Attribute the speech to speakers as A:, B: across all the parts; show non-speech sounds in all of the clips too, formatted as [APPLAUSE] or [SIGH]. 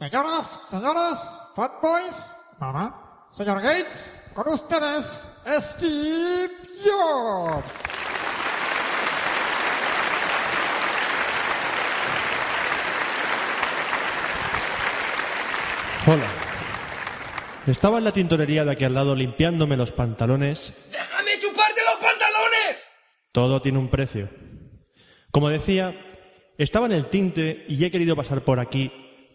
A: Señoras, señores, fanboys, mamá, señor Gates, con ustedes, Steve Jobs.
B: Hola. Estaba en la tintorería de aquí al lado limpiándome los pantalones.
C: ¡Déjame chuparte los pantalones!
B: Todo tiene un precio. Como decía, estaba en el tinte y he querido pasar por aquí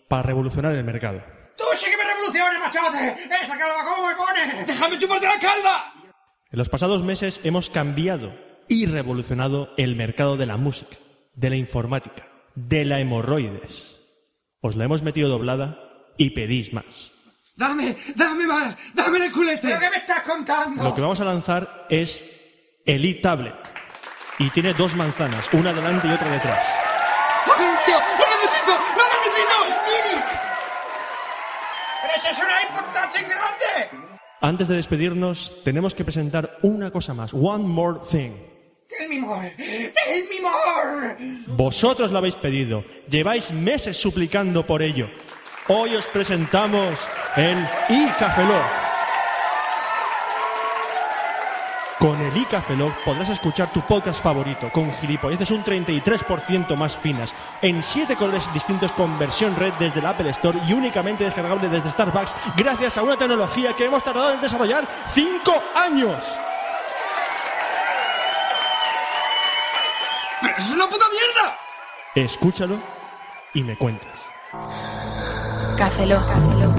B: para revolucionar el mercado.
C: ¡Tú sí que me revoluciones, machote! ¡Esa calva cómo me pone! ¡Déjame chuparte la calva!
B: En los pasados meses hemos cambiado y revolucionado el mercado de la música, de la informática, de la hemorroides. Os la hemos metido doblada y pedís más.
C: ¡Dame! ¡Dame más! ¡Dame en el culete!
A: ¿Pero qué me estás contando?
B: Lo que vamos a lanzar es el e-tablet. Y tiene dos manzanas, una delante y otra detrás.
C: ¡Ay, tío! ¡Lo necesito! ¡Lo necesito!
A: ¡Mini! ¡Pero esa es una importancia grande!
B: Antes de despedirnos, tenemos que presentar una cosa más. One more thing.
A: ¡Tell me more! ¡Tell me more!
B: Vosotros lo habéis pedido. Lleváis meses suplicando por ello. Hoy os presentamos el iCafelog. Con el iCafelog podrás escuchar tu podcast favorito, con gilipolleces un 33% más finas, en 7 colores distintos con versión red desde el Apple Store y únicamente descargable desde Starbucks gracias a una tecnología que hemos tardado en desarrollar 5 años.
C: ¡Pero eso es una puta mierda!
B: Escúchalo y me cuentas.
D: Café Lock. Café Lock.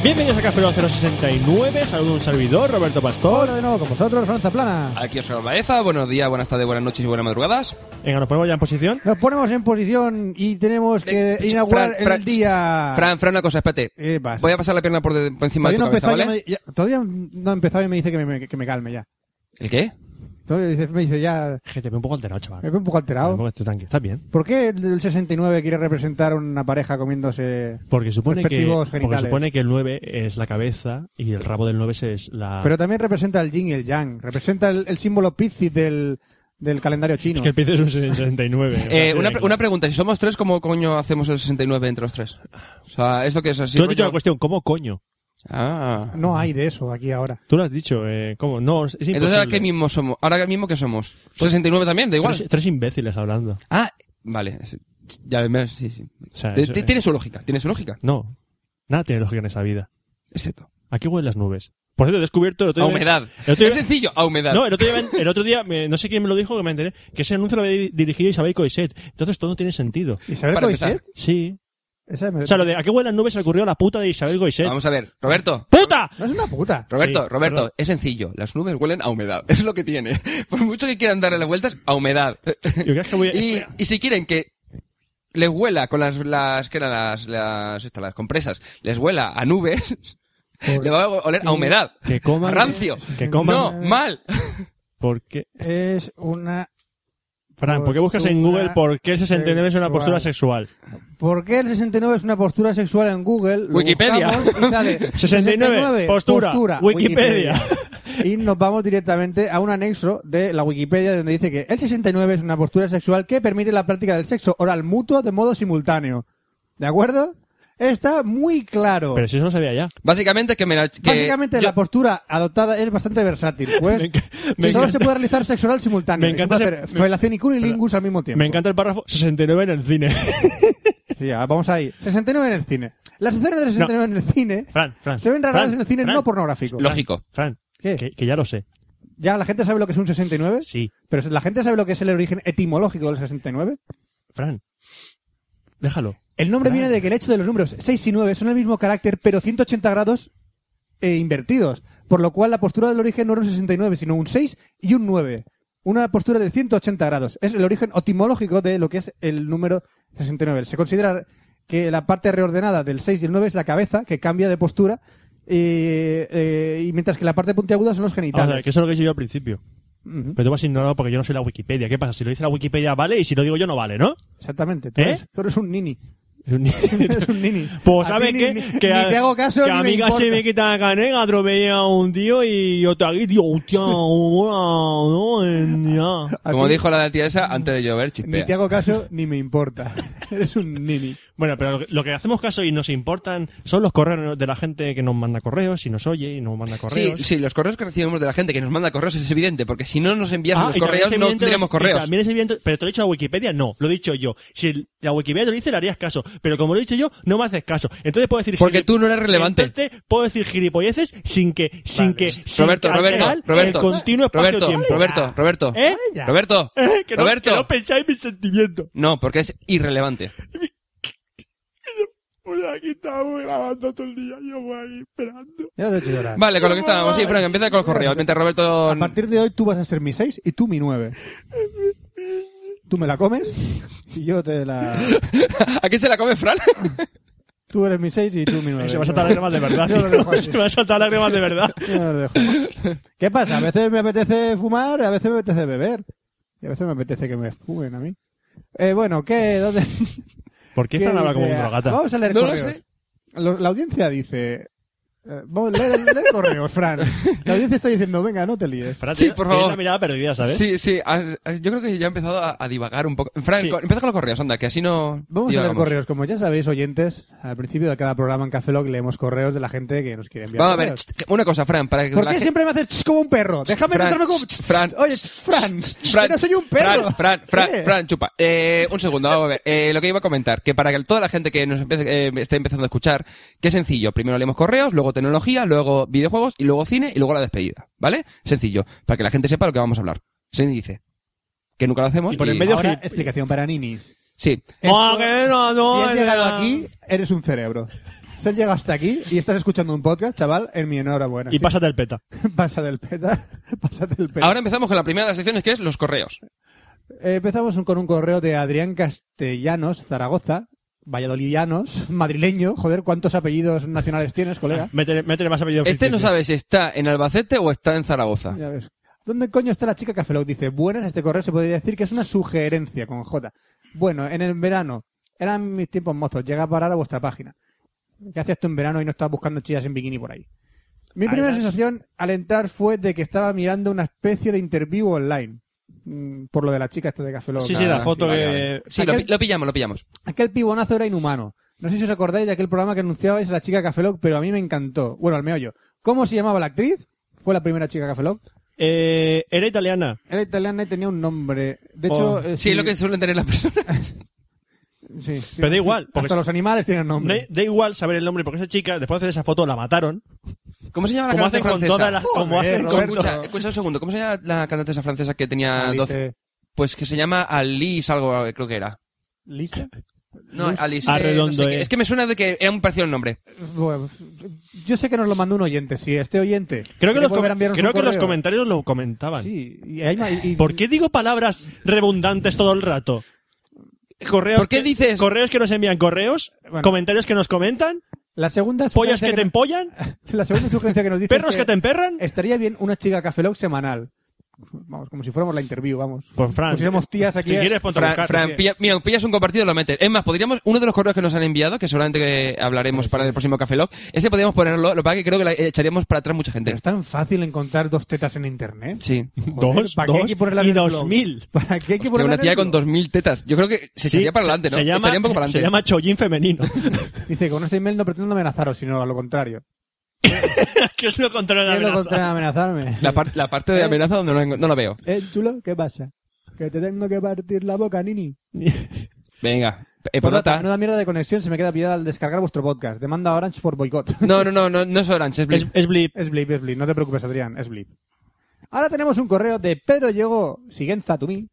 B: Bienvenidos a Café Lock 069, saludo a un servidor, Roberto Pastor.
E: Hola de nuevo con vosotros, Franza Plana.
F: Aquí Oscar Baeza, buenos días, buenas tardes, buenas noches y buenas madrugadas.
B: Venga, nos ponemos ya en posición.
E: Nos ponemos en posición y tenemos que
F: Eh,
E: inaugurar
F: Fran, Fran,
E: el día.
F: Fran, Fran, una cosa, espérate.
E: ¿Qué pasa?
F: Voy a pasar la pierna por, de- por encima de
E: todavía,
F: tu
E: no
F: cabeza,
E: empezaba,
F: ¿vale?
E: todavía no ha empezado y me dice que me, que me calme ya.
F: ¿El qué?
E: Todavía dice- me dice ya.
B: Que te veo un poco alterado, chaval.
E: Me veo un poco alterado.
B: Tampoco estoy tranquilo. ¿Estás bien?
E: ¿Por qué el del 69 quiere representar una pareja comiéndose.?
B: Porque supone, que,
E: Respectivos
B: porque
E: genitales.
B: supone que el 9 es la cabeza y el rabo del 9 es- es la...
E: Pero también representa el yin y el yang. Representa el, el símbolo Piscis del, del calendario
B: [LAUGHS]
E: chino.
B: es que el pez es un 69. o sea,
F: Eh,
B: sí,
F: una,
B: aquí.
F: pre- una pregunta, si somos tres, ¿cómo coño hacemos el 69 entre los tres? O sea, ¿es lo que es así?
B: Tú has dicho la
F: rollo?
B: cuestión, ¿cómo coño?
F: Ah.
E: No hay de eso aquí ahora.
B: Tú lo has dicho, eh, ¿cómo? No, es imposible. Pues-
F: Entonces, ¿ahora qué mismo somos? ¿Ahora mismo qué somos? ¿69 también? Da igual.
B: Tres, tres imbéciles hablando.
F: Ah, vale. es- Ya ves, sí, sí.
B: O sea,
F: Te-
B: eso-
F: te- Tiene su lógica, tiene su lógica.
B: No, nada tiene lógica en esta vida.
F: Excepto.
B: ¿A qué huelen las nubes? Por cierto, he descubierto... el otro
F: A
B: día-
F: humedad.
B: el
F: [LAUGHS]
B: otro
F: Es
B: día-
F: sencillo, a humedad.
B: No, el otro día, me- el otro día me- no sé quién me lo dijo, que me enteré, que ese anuncio lo había di- dirigido Isabel Coiset. Entonces todo no tiene sentido.
E: ¿Isabel
F: Para empezar.
E: Coixet?
B: Sí.
E: Esa me-
B: O sea, lo de ¿a qué huelen las nubes? Se ocurrió a la puta de Isabel Coiset.
F: Vamos a ver, Roberto.
B: ¡Puta!
E: No es una puta.
F: Roberto,
B: Sí,
F: Roberto,
B: perdón.
F: es sencillo. Las nubes huelen a humedad. [LAUGHS] Es lo que tiene. Por mucho que quieran darle las vueltas, a humedad.
B: Yo creo que voy a-
F: y, y si quieren que les huela con las, las, que eran las, las, estas, las compresas, les huela a nubes, [LAUGHS] le va a oler a humedad.
B: Que coman-
F: A rancio.
B: que coman-
F: No, mal.
B: ¿Por qué?
E: Es una
B: Fran, ¿por qué buscas en
E: Postura
B: Google por qué el 69 es una postura sexual?
E: ¿Por qué el 69 es una postura sexual en Google? Lo
F: Wikipedia.
E: buscamos
B: [LAUGHS]
E: y sale
B: 69, postura, Wikipedia.
E: Y nos vamos directamente a un anexo de la Wikipedia donde dice que el 69 es una postura sexual que permite la práctica del sexo oral mutuo de modo simultáneo. ¿De acuerdo? Está muy claro.
B: Pero si eso no sabía ya.
F: Básicamente que me la, que
E: Básicamente
F: yo-
E: la postura adoptada es bastante versátil, pues
B: Me enca- me
E: solo
B: encanta-
E: se puede realizar sexo oral simultáneo.
B: Me
E: y se
B: encanta
E: puede
B: ese-
E: hacer felación y cunilingus al mismo tiempo.
B: Me encanta el párrafo 69 en el cine. [LAUGHS]
E: Sí, ah, vamos ahí. 69 en el cine. Las escenas de 69 en el cine
B: Fran, Fran.
E: se ven raras
B: Fran,
E: en el cine
B: Fran,
E: no pornográfico.
F: Lógico.
B: Fran,
E: ¿Qué?
B: Que, que ya lo sé.
E: ¿Ya la gente sabe lo que es un 69?
B: Sí.
E: ¿Pero la gente sabe lo que es el origen etimológico del 69?
B: Fran, déjalo.
E: El nombre
B: Claro.
E: viene de que el hecho de los números 6 y 9 son el mismo carácter, pero 180 grados eh, invertidos. Por lo cual la postura del origen no era un 69, sino un 6 y un 9. Una postura de 180 grados. Es el origen etimológico de lo que es el número 69. Se considera que la parte reordenada del 6 y el 9 es la cabeza, que cambia de postura, y, eh, y mientras que la parte puntiaguda son los
B: Vamos a
E: genitales.
B: ver, que eso es lo que he dicho yo al principio.
E: Ujú,
B: Pero tú me has ignorado porque yo no soy la Wikipedia. ¿Qué pasa? Si lo dice la Wikipedia, vale, y si lo digo yo, no vale, ¿no? [LAUGHS]
E: Exactamente. Tú,
B: ¿Eh?
E: eres, tú eres
B: [LAUGHS]
E: un nini.
B: es
E: Eres un nini.
B: Pues
E: A
B: sabes
E: ti ni-
B: que,
E: ni-
B: que
E: ni
B: a-
E: te hago caso,
B: que a
E: ni me
B: mí casi
E: importa.
B: me quita la canega, atropellé a un tío y yo te aquí, tío, hostia, hola, no, eh, ya.
E: A
F: Como
E: ti
F: dijo la tía esa, antes de llover,
E: Ni
F: chispea.
E: te hago caso, ni me importa. [LAUGHS] eres un nini.
B: Bueno, pero lo que- lo que hacemos caso y nos importan son los correos de la gente que nos manda correos y nos oye y nos manda
F: Sí,
B: correos.
F: sí, los correos que recibimos de la gente que nos manda correos es evidente, porque si no nos envías
B: Ah,
F: los
B: y también
F: correos,
B: es
F: no
B: evidente-
F: tendríamos
B: y
F: correos.
B: también es evidente, pero te lo he dicho a Wikipedia, no, lo he dicho yo. Si el- la Wikipedia te lo dice, le harías caso. Pero como lo he dicho yo, no me haces caso. Entonces puedo decir
F: Porque
B: gilip-
F: tú no eres relevante.
B: Entonces puedo decir gilipolleces sin que, sin que, sin
F: Roberto,
B: que
F: Roberto,
B: alterar
F: Roberto,
B: el continuo
F: Roberto,
B: espacio-tiempo.
F: Roberto, Roberto,
B: ¿Eh? [LAUGHS]
F: Roberto,
B: Eh, que no,
F: Roberto.
B: que no pensáis mis sentimientos.
F: No, porque es irrelevante.
B: Pues aquí estamos grabando todo el día, yo voy aquí esperando.
E: Ya lo he hecho llorar.
F: Vale, con lo que estábamos. Sí, Frank, empieza con los correos. Mientras Roberto...
E: A partir de hoy tú vas a ser mi 6 y tú mi 9. Tú me la comes y yo te la...
F: [LAUGHS] ¿A quién se la come, Fran?
E: Tú eres mi 6 y tú mi
B: [LAUGHS]
E: 9.
B: Se va a saltar lágrimas de verdad.
E: Yo lo
B: tío.
E: dejo así.
B: [LAUGHS] Se va a saltar lágrimas de verdad.
E: Ya lo dejo. ¿Qué pasa? A veces me apetece fumar, a veces me apetece beber. Y a veces me apetece que me fumen a mí. Eh, bueno, ¿qué? ¿Dónde?
B: [LAUGHS] ¿Por qué
E: qué
B: Fran habla como un
E: dice?
B: drogata?
E: Vamos a leer
F: No lo
E: correos.
F: sé.
E: Lo- La audiencia dice... eh, Vamos, lee, lee correos, Fran. La audiencia está diciendo, venga, no te líes.
B: Fran,
F: Sí,
B: tiene-
F: por
B: tiene
F: favor.
B: la mirada perdida, ¿sabes?
F: Sí, sí. ah, ah, Yo creo que ya he empezado a, a divagar un poco. Fran,
B: Sí.
F: co- empieza con los correos, anda, que así no...
E: Vamos a ver
F: divagamos.
E: correos. Como ya sabéis, oyentes, al principio de cada programa en Café Lock leemos correos de la gente que nos quiere enviar.
F: Vamos a ver,
E: correos.
F: ch, una cosa, Fran, para que...
E: ¿Por
F: la
E: qué
F: gen-
E: siempre me haces ch como un perro? Déjame
F: Fran,
E: tratarme como...
F: ch, Fran,
E: Oye, ch, Fran,
F: Fran,
E: que no soy un perro.
F: Fran, Fran, Fran,
E: Eh.
F: Fran, chupa. Eh, un segundo, vamos a ver. Eh, lo que iba a comentar, que para que toda la gente que nos empiece- eh, esté empezando a escuchar, que es sencillo. Primero leemos correos, luego tecnología, luego videojuegos, y luego cine, y luego la despedida. ¿Vale? Sencillo. Para que la gente sepa lo que vamos a hablar. Se dice. Que nunca lo hacemos.
B: Y por el
F: y-
B: medio-
E: Ahora,
B: gil-
E: explicación para ninis.
F: Sí.
B: Ah,
E: Esto-
B: que no, no,
E: si has llegado
B: no.
E: aquí, eres un cerebro. Si has llegado hasta aquí y estás escuchando un podcast, chaval, en mi enhorabuena.
B: Y
E: Sí.
B: pásate el peta.
E: [LAUGHS] Pasa del peta. Pásate del peta.
F: Ahora empezamos con la primera de las secciones, que es los correos.
E: Eh, empezamos un- con un correo de Adrián Castellanos, Zaragoza, valladolidianos, madrileño. Joder, ¿cuántos apellidos nacionales tienes, colega?
B: Métele, métele más apellido.
F: Este no
B: ficticio.
F: sabe si está en Albacete o está en Zaragoza.
E: Ya ves. ¿Dónde coño está la chica Café Lock? Dice, buenas, este correo se podría decir que es una sugerencia con J. Bueno, en el verano. Eran mis tiempos mozos. Llega a parar a vuestra página. ¿Qué hacías tú en verano y no estabas buscando chillas en bikini por ahí? Mi
B: Ahí
E: primera
B: vas.
E: sensación al entrar fue de que estaba mirando una especie de interview online. Mm, Por lo de la chica esta de Café Lock.
B: Sí, sí, la
F: Ah,
B: foto
F: vale,
B: que.
F: vale. Sí, lo, pi- lo pillamos, lo pillamos.
E: Aquel pibonazo era inhumano. No sé si os acordáis de aquel programa que anunciabais a la chica Café Lock, pero a mí me encantó. Bueno, al meollo. ¿Cómo se llamaba la actriz? Fue la primera chica Café Lock.
B: Eh, era italiana.
E: Era italiana y tenía un nombre. De hecho,
B: Oh.
E: eh,
F: Sí, es lo que suelen tener las personas. [LAUGHS]
E: sí, sí.
B: Pero da igual, porque
E: Hasta los animales tienen
B: Da,
E: nombre.
B: da igual saber el nombre, porque esa chica, después de hacer esa foto, la mataron.
F: ¿Cómo se llama Ah, la
B: Como
F: cantante
B: hacen con
F: francesa?
B: todas las. Como
E: Joder,
B: hacen
E: Roberto.
B: con.
F: Escucha, escucha un segundo. ¿Cómo se llama la cantante esa francesa que tenía
E: Alice-
F: 12? Pues que se llama Alice algo, creo que era.
E: ¿Lisa?
F: No,
E: Luz.
F: Alice. eh,
B: Arredondo,
F: no sé qué.
B: eh.
F: Es que me suena de que era un parecido el nombre.
E: Bueno, yo sé que nos lo mandó un oyente. Si este oyente.
B: Creo que,
E: quiere
B: los,
E: volver a
B: com-
E: enviarnos
B: creo
E: un
B: que los
E: correo.
B: comentarios lo comentaban.
E: Sí, y hay ma- y- y-
B: ¿Por qué digo palabras redundantes todo el rato? Correos
F: ¿Por qué
B: que-
F: dices-
B: Correos que nos envían correos,
E: Bueno.
B: comentarios que nos comentan,
E: La segunda
B: pollas
E: sugerencia
B: que te
E: nos-
B: empollan,
E: [LAUGHS] La segunda sugerencia que nos dice.
B: perros
E: es
B: que te emperran.
E: Estaría bien una chica Café Lock semanal. Vamos, como si fuéramos la interview, vamos.
B: Pues Fran,
E: Pusiéramos tías aquí.
B: si
E: es-
B: quieres ponte a
F: Fran,
B: buscar.
F: Fran,
E: sí.
F: pilla- mira, pillas un compartido y lo metes. Es más, podríamos, uno de los correos que nos han enviado, que seguramente que hablaremos para el próximo Café Lock, ese podríamos ponerlo, lo que pasa que creo que la- echaríamos para atrás mucha gente.
E: Pero es tan fácil encontrar dos tetas en internet.
F: Sí.
E: Joder,
B: Dos,
E: ¿para qué hay que
B: dos
E: ponerla en
B: y
E: el blog?
B: dos mil.
E: ¿Para qué hay que
F: Hostia,
E: ponerla
F: una
E: en
F: tía
E: el
F: con
E: blog?
F: 2.000 tetas. Yo creo que se
B: Sí,
F: echaría para
B: se-
F: adelante, ¿no?
B: Se llama,
F: Echaría un poco para
B: se
F: adelante.
B: llama chollín femenino. [LAUGHS]
E: Dice, con este email no pretendo amenazaros, sino a lo contrario.
B: que es lo contrario de la
E: Es lo
B: amenaza.
E: contrario a amenazarme.
F: La, par- la
B: Eh.
F: parte de amenaza donde no, la- no la veo.
E: Eh, chulo, ¿qué pasa? Que te tengo que partir la boca, Nini.
F: Venga. Eh,
E: Por
F: patata.
E: menuda mierda de conexión se me queda pillada al descargar vuestro podcast. Demanda a Orange por boicot. [LAUGHS]
F: No, no, no, no, no es Orange, es Blip.
B: Es, es blip.
E: es blip, es blip. No te preocupes, Adrián, es blip. Ahora tenemos un correo de Pedro Llegó Siguenza Tumí.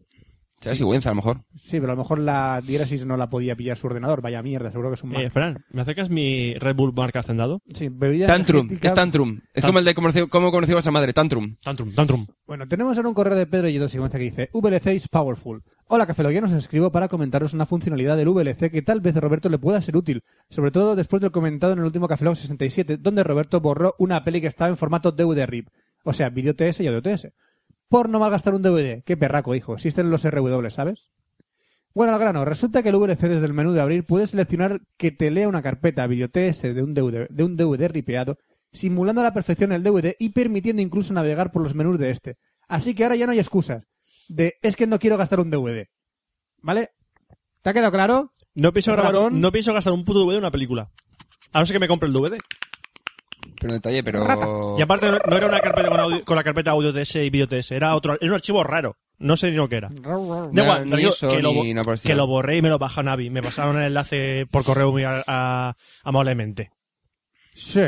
F: Será sigüenza, a lo mejor.
E: Sí, pero a lo mejor la diéresis no la podía pillar su ordenador. Vaya mierda, seguro que es un Mac.
B: Eh, Fran, ¿me acercas mi Red Bull marca hacendado?
E: Sí, bebida
F: Tantrum,
E: energética.
F: es Tantrum. Es
B: Tan-
F: como el de conocí- cómo conocí a esa madre, Tantrum.
B: Tantrum, tantrum.
E: Bueno, tenemos ahora un correo de Pedro Llegó Siguenza que dice VLC is powerful. Hola Café Lock, yo nos escribo para comentaros una funcionalidad del VLC que tal vez a Roberto le pueda ser útil, sobre todo después del comentado en el último Café Lock 67, donde Roberto borró una peli que estaba en formato DVD-RIP, o sea, vídeo TS y audio TS, por no malgastar un DVD. Qué perraco, hijo, existen los RW, ¿sabes? Bueno, al grano, resulta que el VLC desde el menú de abrir puede seleccionar que te lea una carpeta video TS de un DVD, de un DVD ripeado, simulando a la perfección el DVD y permitiendo incluso navegar por los menús de este. Así que ahora ya no hay excusas de es que no quiero gastar un DVD. ¿Vale? ¿Te ha quedado claro?
B: No pienso, grabar,
E: Ratón.
B: no pienso gastar un puto DVD en una película. A no ser que me compre el DVD.
F: Pero un detalle, pero...
B: Y aparte, no- no era una carpeta con, audio- con la carpeta audio TS y video TS. Era, otro, era un archivo raro. No sé ni lo que era. Da
F: No,
B: igual,
F: ni
B: pero digo
F: eso,
B: que, lo,
F: ni nada por el
B: que
F: estilo.
B: lo borré y me lo baja Navi. Me pasaron el enlace por correo muy a- a- amablemente.
E: Sí.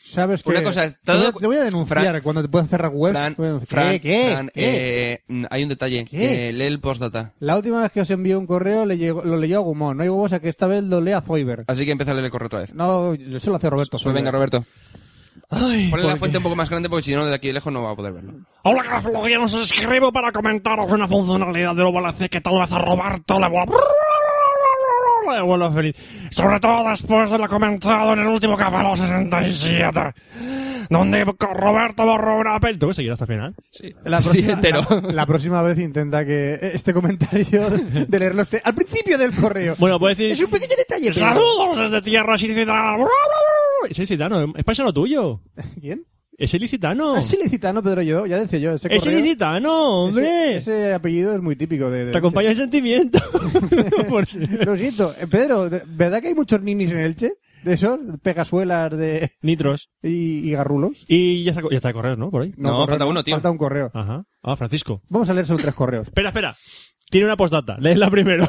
E: ¿Sabes que
F: Una cosa es-
E: te, voy a,
F: todo-
E: te voy a denunciar
F: Fran-
E: cuando te puedan cerrar webs.
F: Fran,
E: Te voy a denunciar.
F: Fran,
E: ¿Qué? ¿Qué?
F: Fran,
E: ¿Qué?
F: eh, mm, hay un detalle.
E: ¿Qué?
F: Eh, lee el postdata.
E: La última vez que os envié un correo le llegó- lo leyó a Gumón. No hay huevos a que esta vez lo lea Zoiber.
F: Así que empieza a leer el correo otra vez.
E: No, eso lo hace Roberto.
F: Pues venga, Roberto.
B: Ay,
F: Ponle la
B: porque-
F: fuente un poco más grande porque si no, de aquí de lejos no va a poder verlo.
B: Hola, grafología, nos escribo para comentaros una funcionalidad del OVLC que tal vez a Roberto le vuelva... [LAUGHS] Le vuelva feliz. Sobre todo después de lo comentado en el último Café Lock 67, donde Roberto borró una peli. ¿Tengo que seguir hasta el final?
F: Sí,
E: La próxima,
F: sí entero.
E: la- la próxima vez intenta que este comentario [LAUGHS] de leerlo esté al principio del correo.
B: Bueno, puedes decir-
E: Es un pequeño detalle. pero-
B: ¡Saludos desde tierra
E: [LAUGHS]
B: ilicitana! Es ilicitano, es paisano tuyo.
E: ¿Quién?
B: Es ilicitano.
E: Ah, sí, licitano, Pedro yo. Ya decía yo. Ese
B: Es
E: correo-
B: ilicitano, hombre.
E: Ese, ese apellido es muy típico de. de-
B: Te acompaña el
E: [LAUGHS]
B: sentimiento. [LAUGHS] Por si-
E: Lo siento. Eh, Pedro, de- ¿verdad que hay muchos ninis en Elche? De esos, pegasuelas de,
B: Nitros.
E: y, y garrulos.
B: Y ya está, ya está de correr, ¿no? Por ahí.
F: No, falta uno, tío.
E: Falta un correo.
B: Ajá. Ah, Francisco.
E: Vamos a leer solo
F: [LAUGHS]
E: tres correos.
B: Espera, espera. Tiene una postdata. Léela
E: [LAUGHS]
B: primero.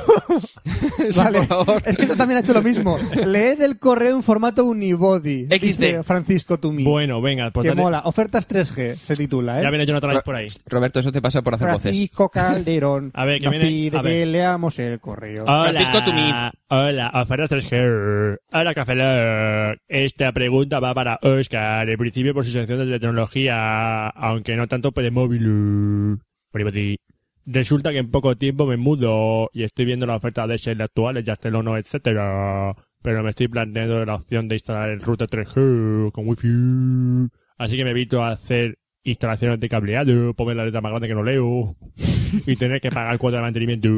E: Vale.
F: por favor.
E: Es que esto también ha hecho lo mismo.
F: [LAUGHS]
E: Leed el correo en formato unibody.
F: XD.
E: dice Francisco Tumi.
B: bueno, venga,
E: que
B: postdata.
E: mola. Ofertas 3G se titula, ¿eh?
B: Pues Ya viene Jonathan Ives por ahí.
F: Roberto, eso te pasa por hacer voces.
E: Francisco Calderón
B: [LAUGHS] A ver, que
E: nos
B: viene-
E: pide
B: a ver. Ah.
E: que leamos el correo.
B: Hola,
F: Francisco Tumí.
B: Hola, ofertas 3G. Hola, Café Lock. Esta pregunta va para Oscar. En principio, por su sección de tecnología, aunque no tanto pero de móvil. Privati. Resulta que en poco tiempo me mudo y estoy viendo las ofertas de Shell actuales, Jastelono, etcétera. Pero me estoy planteando la opción de instalar el router 3G con Wi-Fi. Así que me evito hacer instalaciones de cableado, poner la letra más grande que no leo [LAUGHS] y tener que pagar cuota de mantenimiento.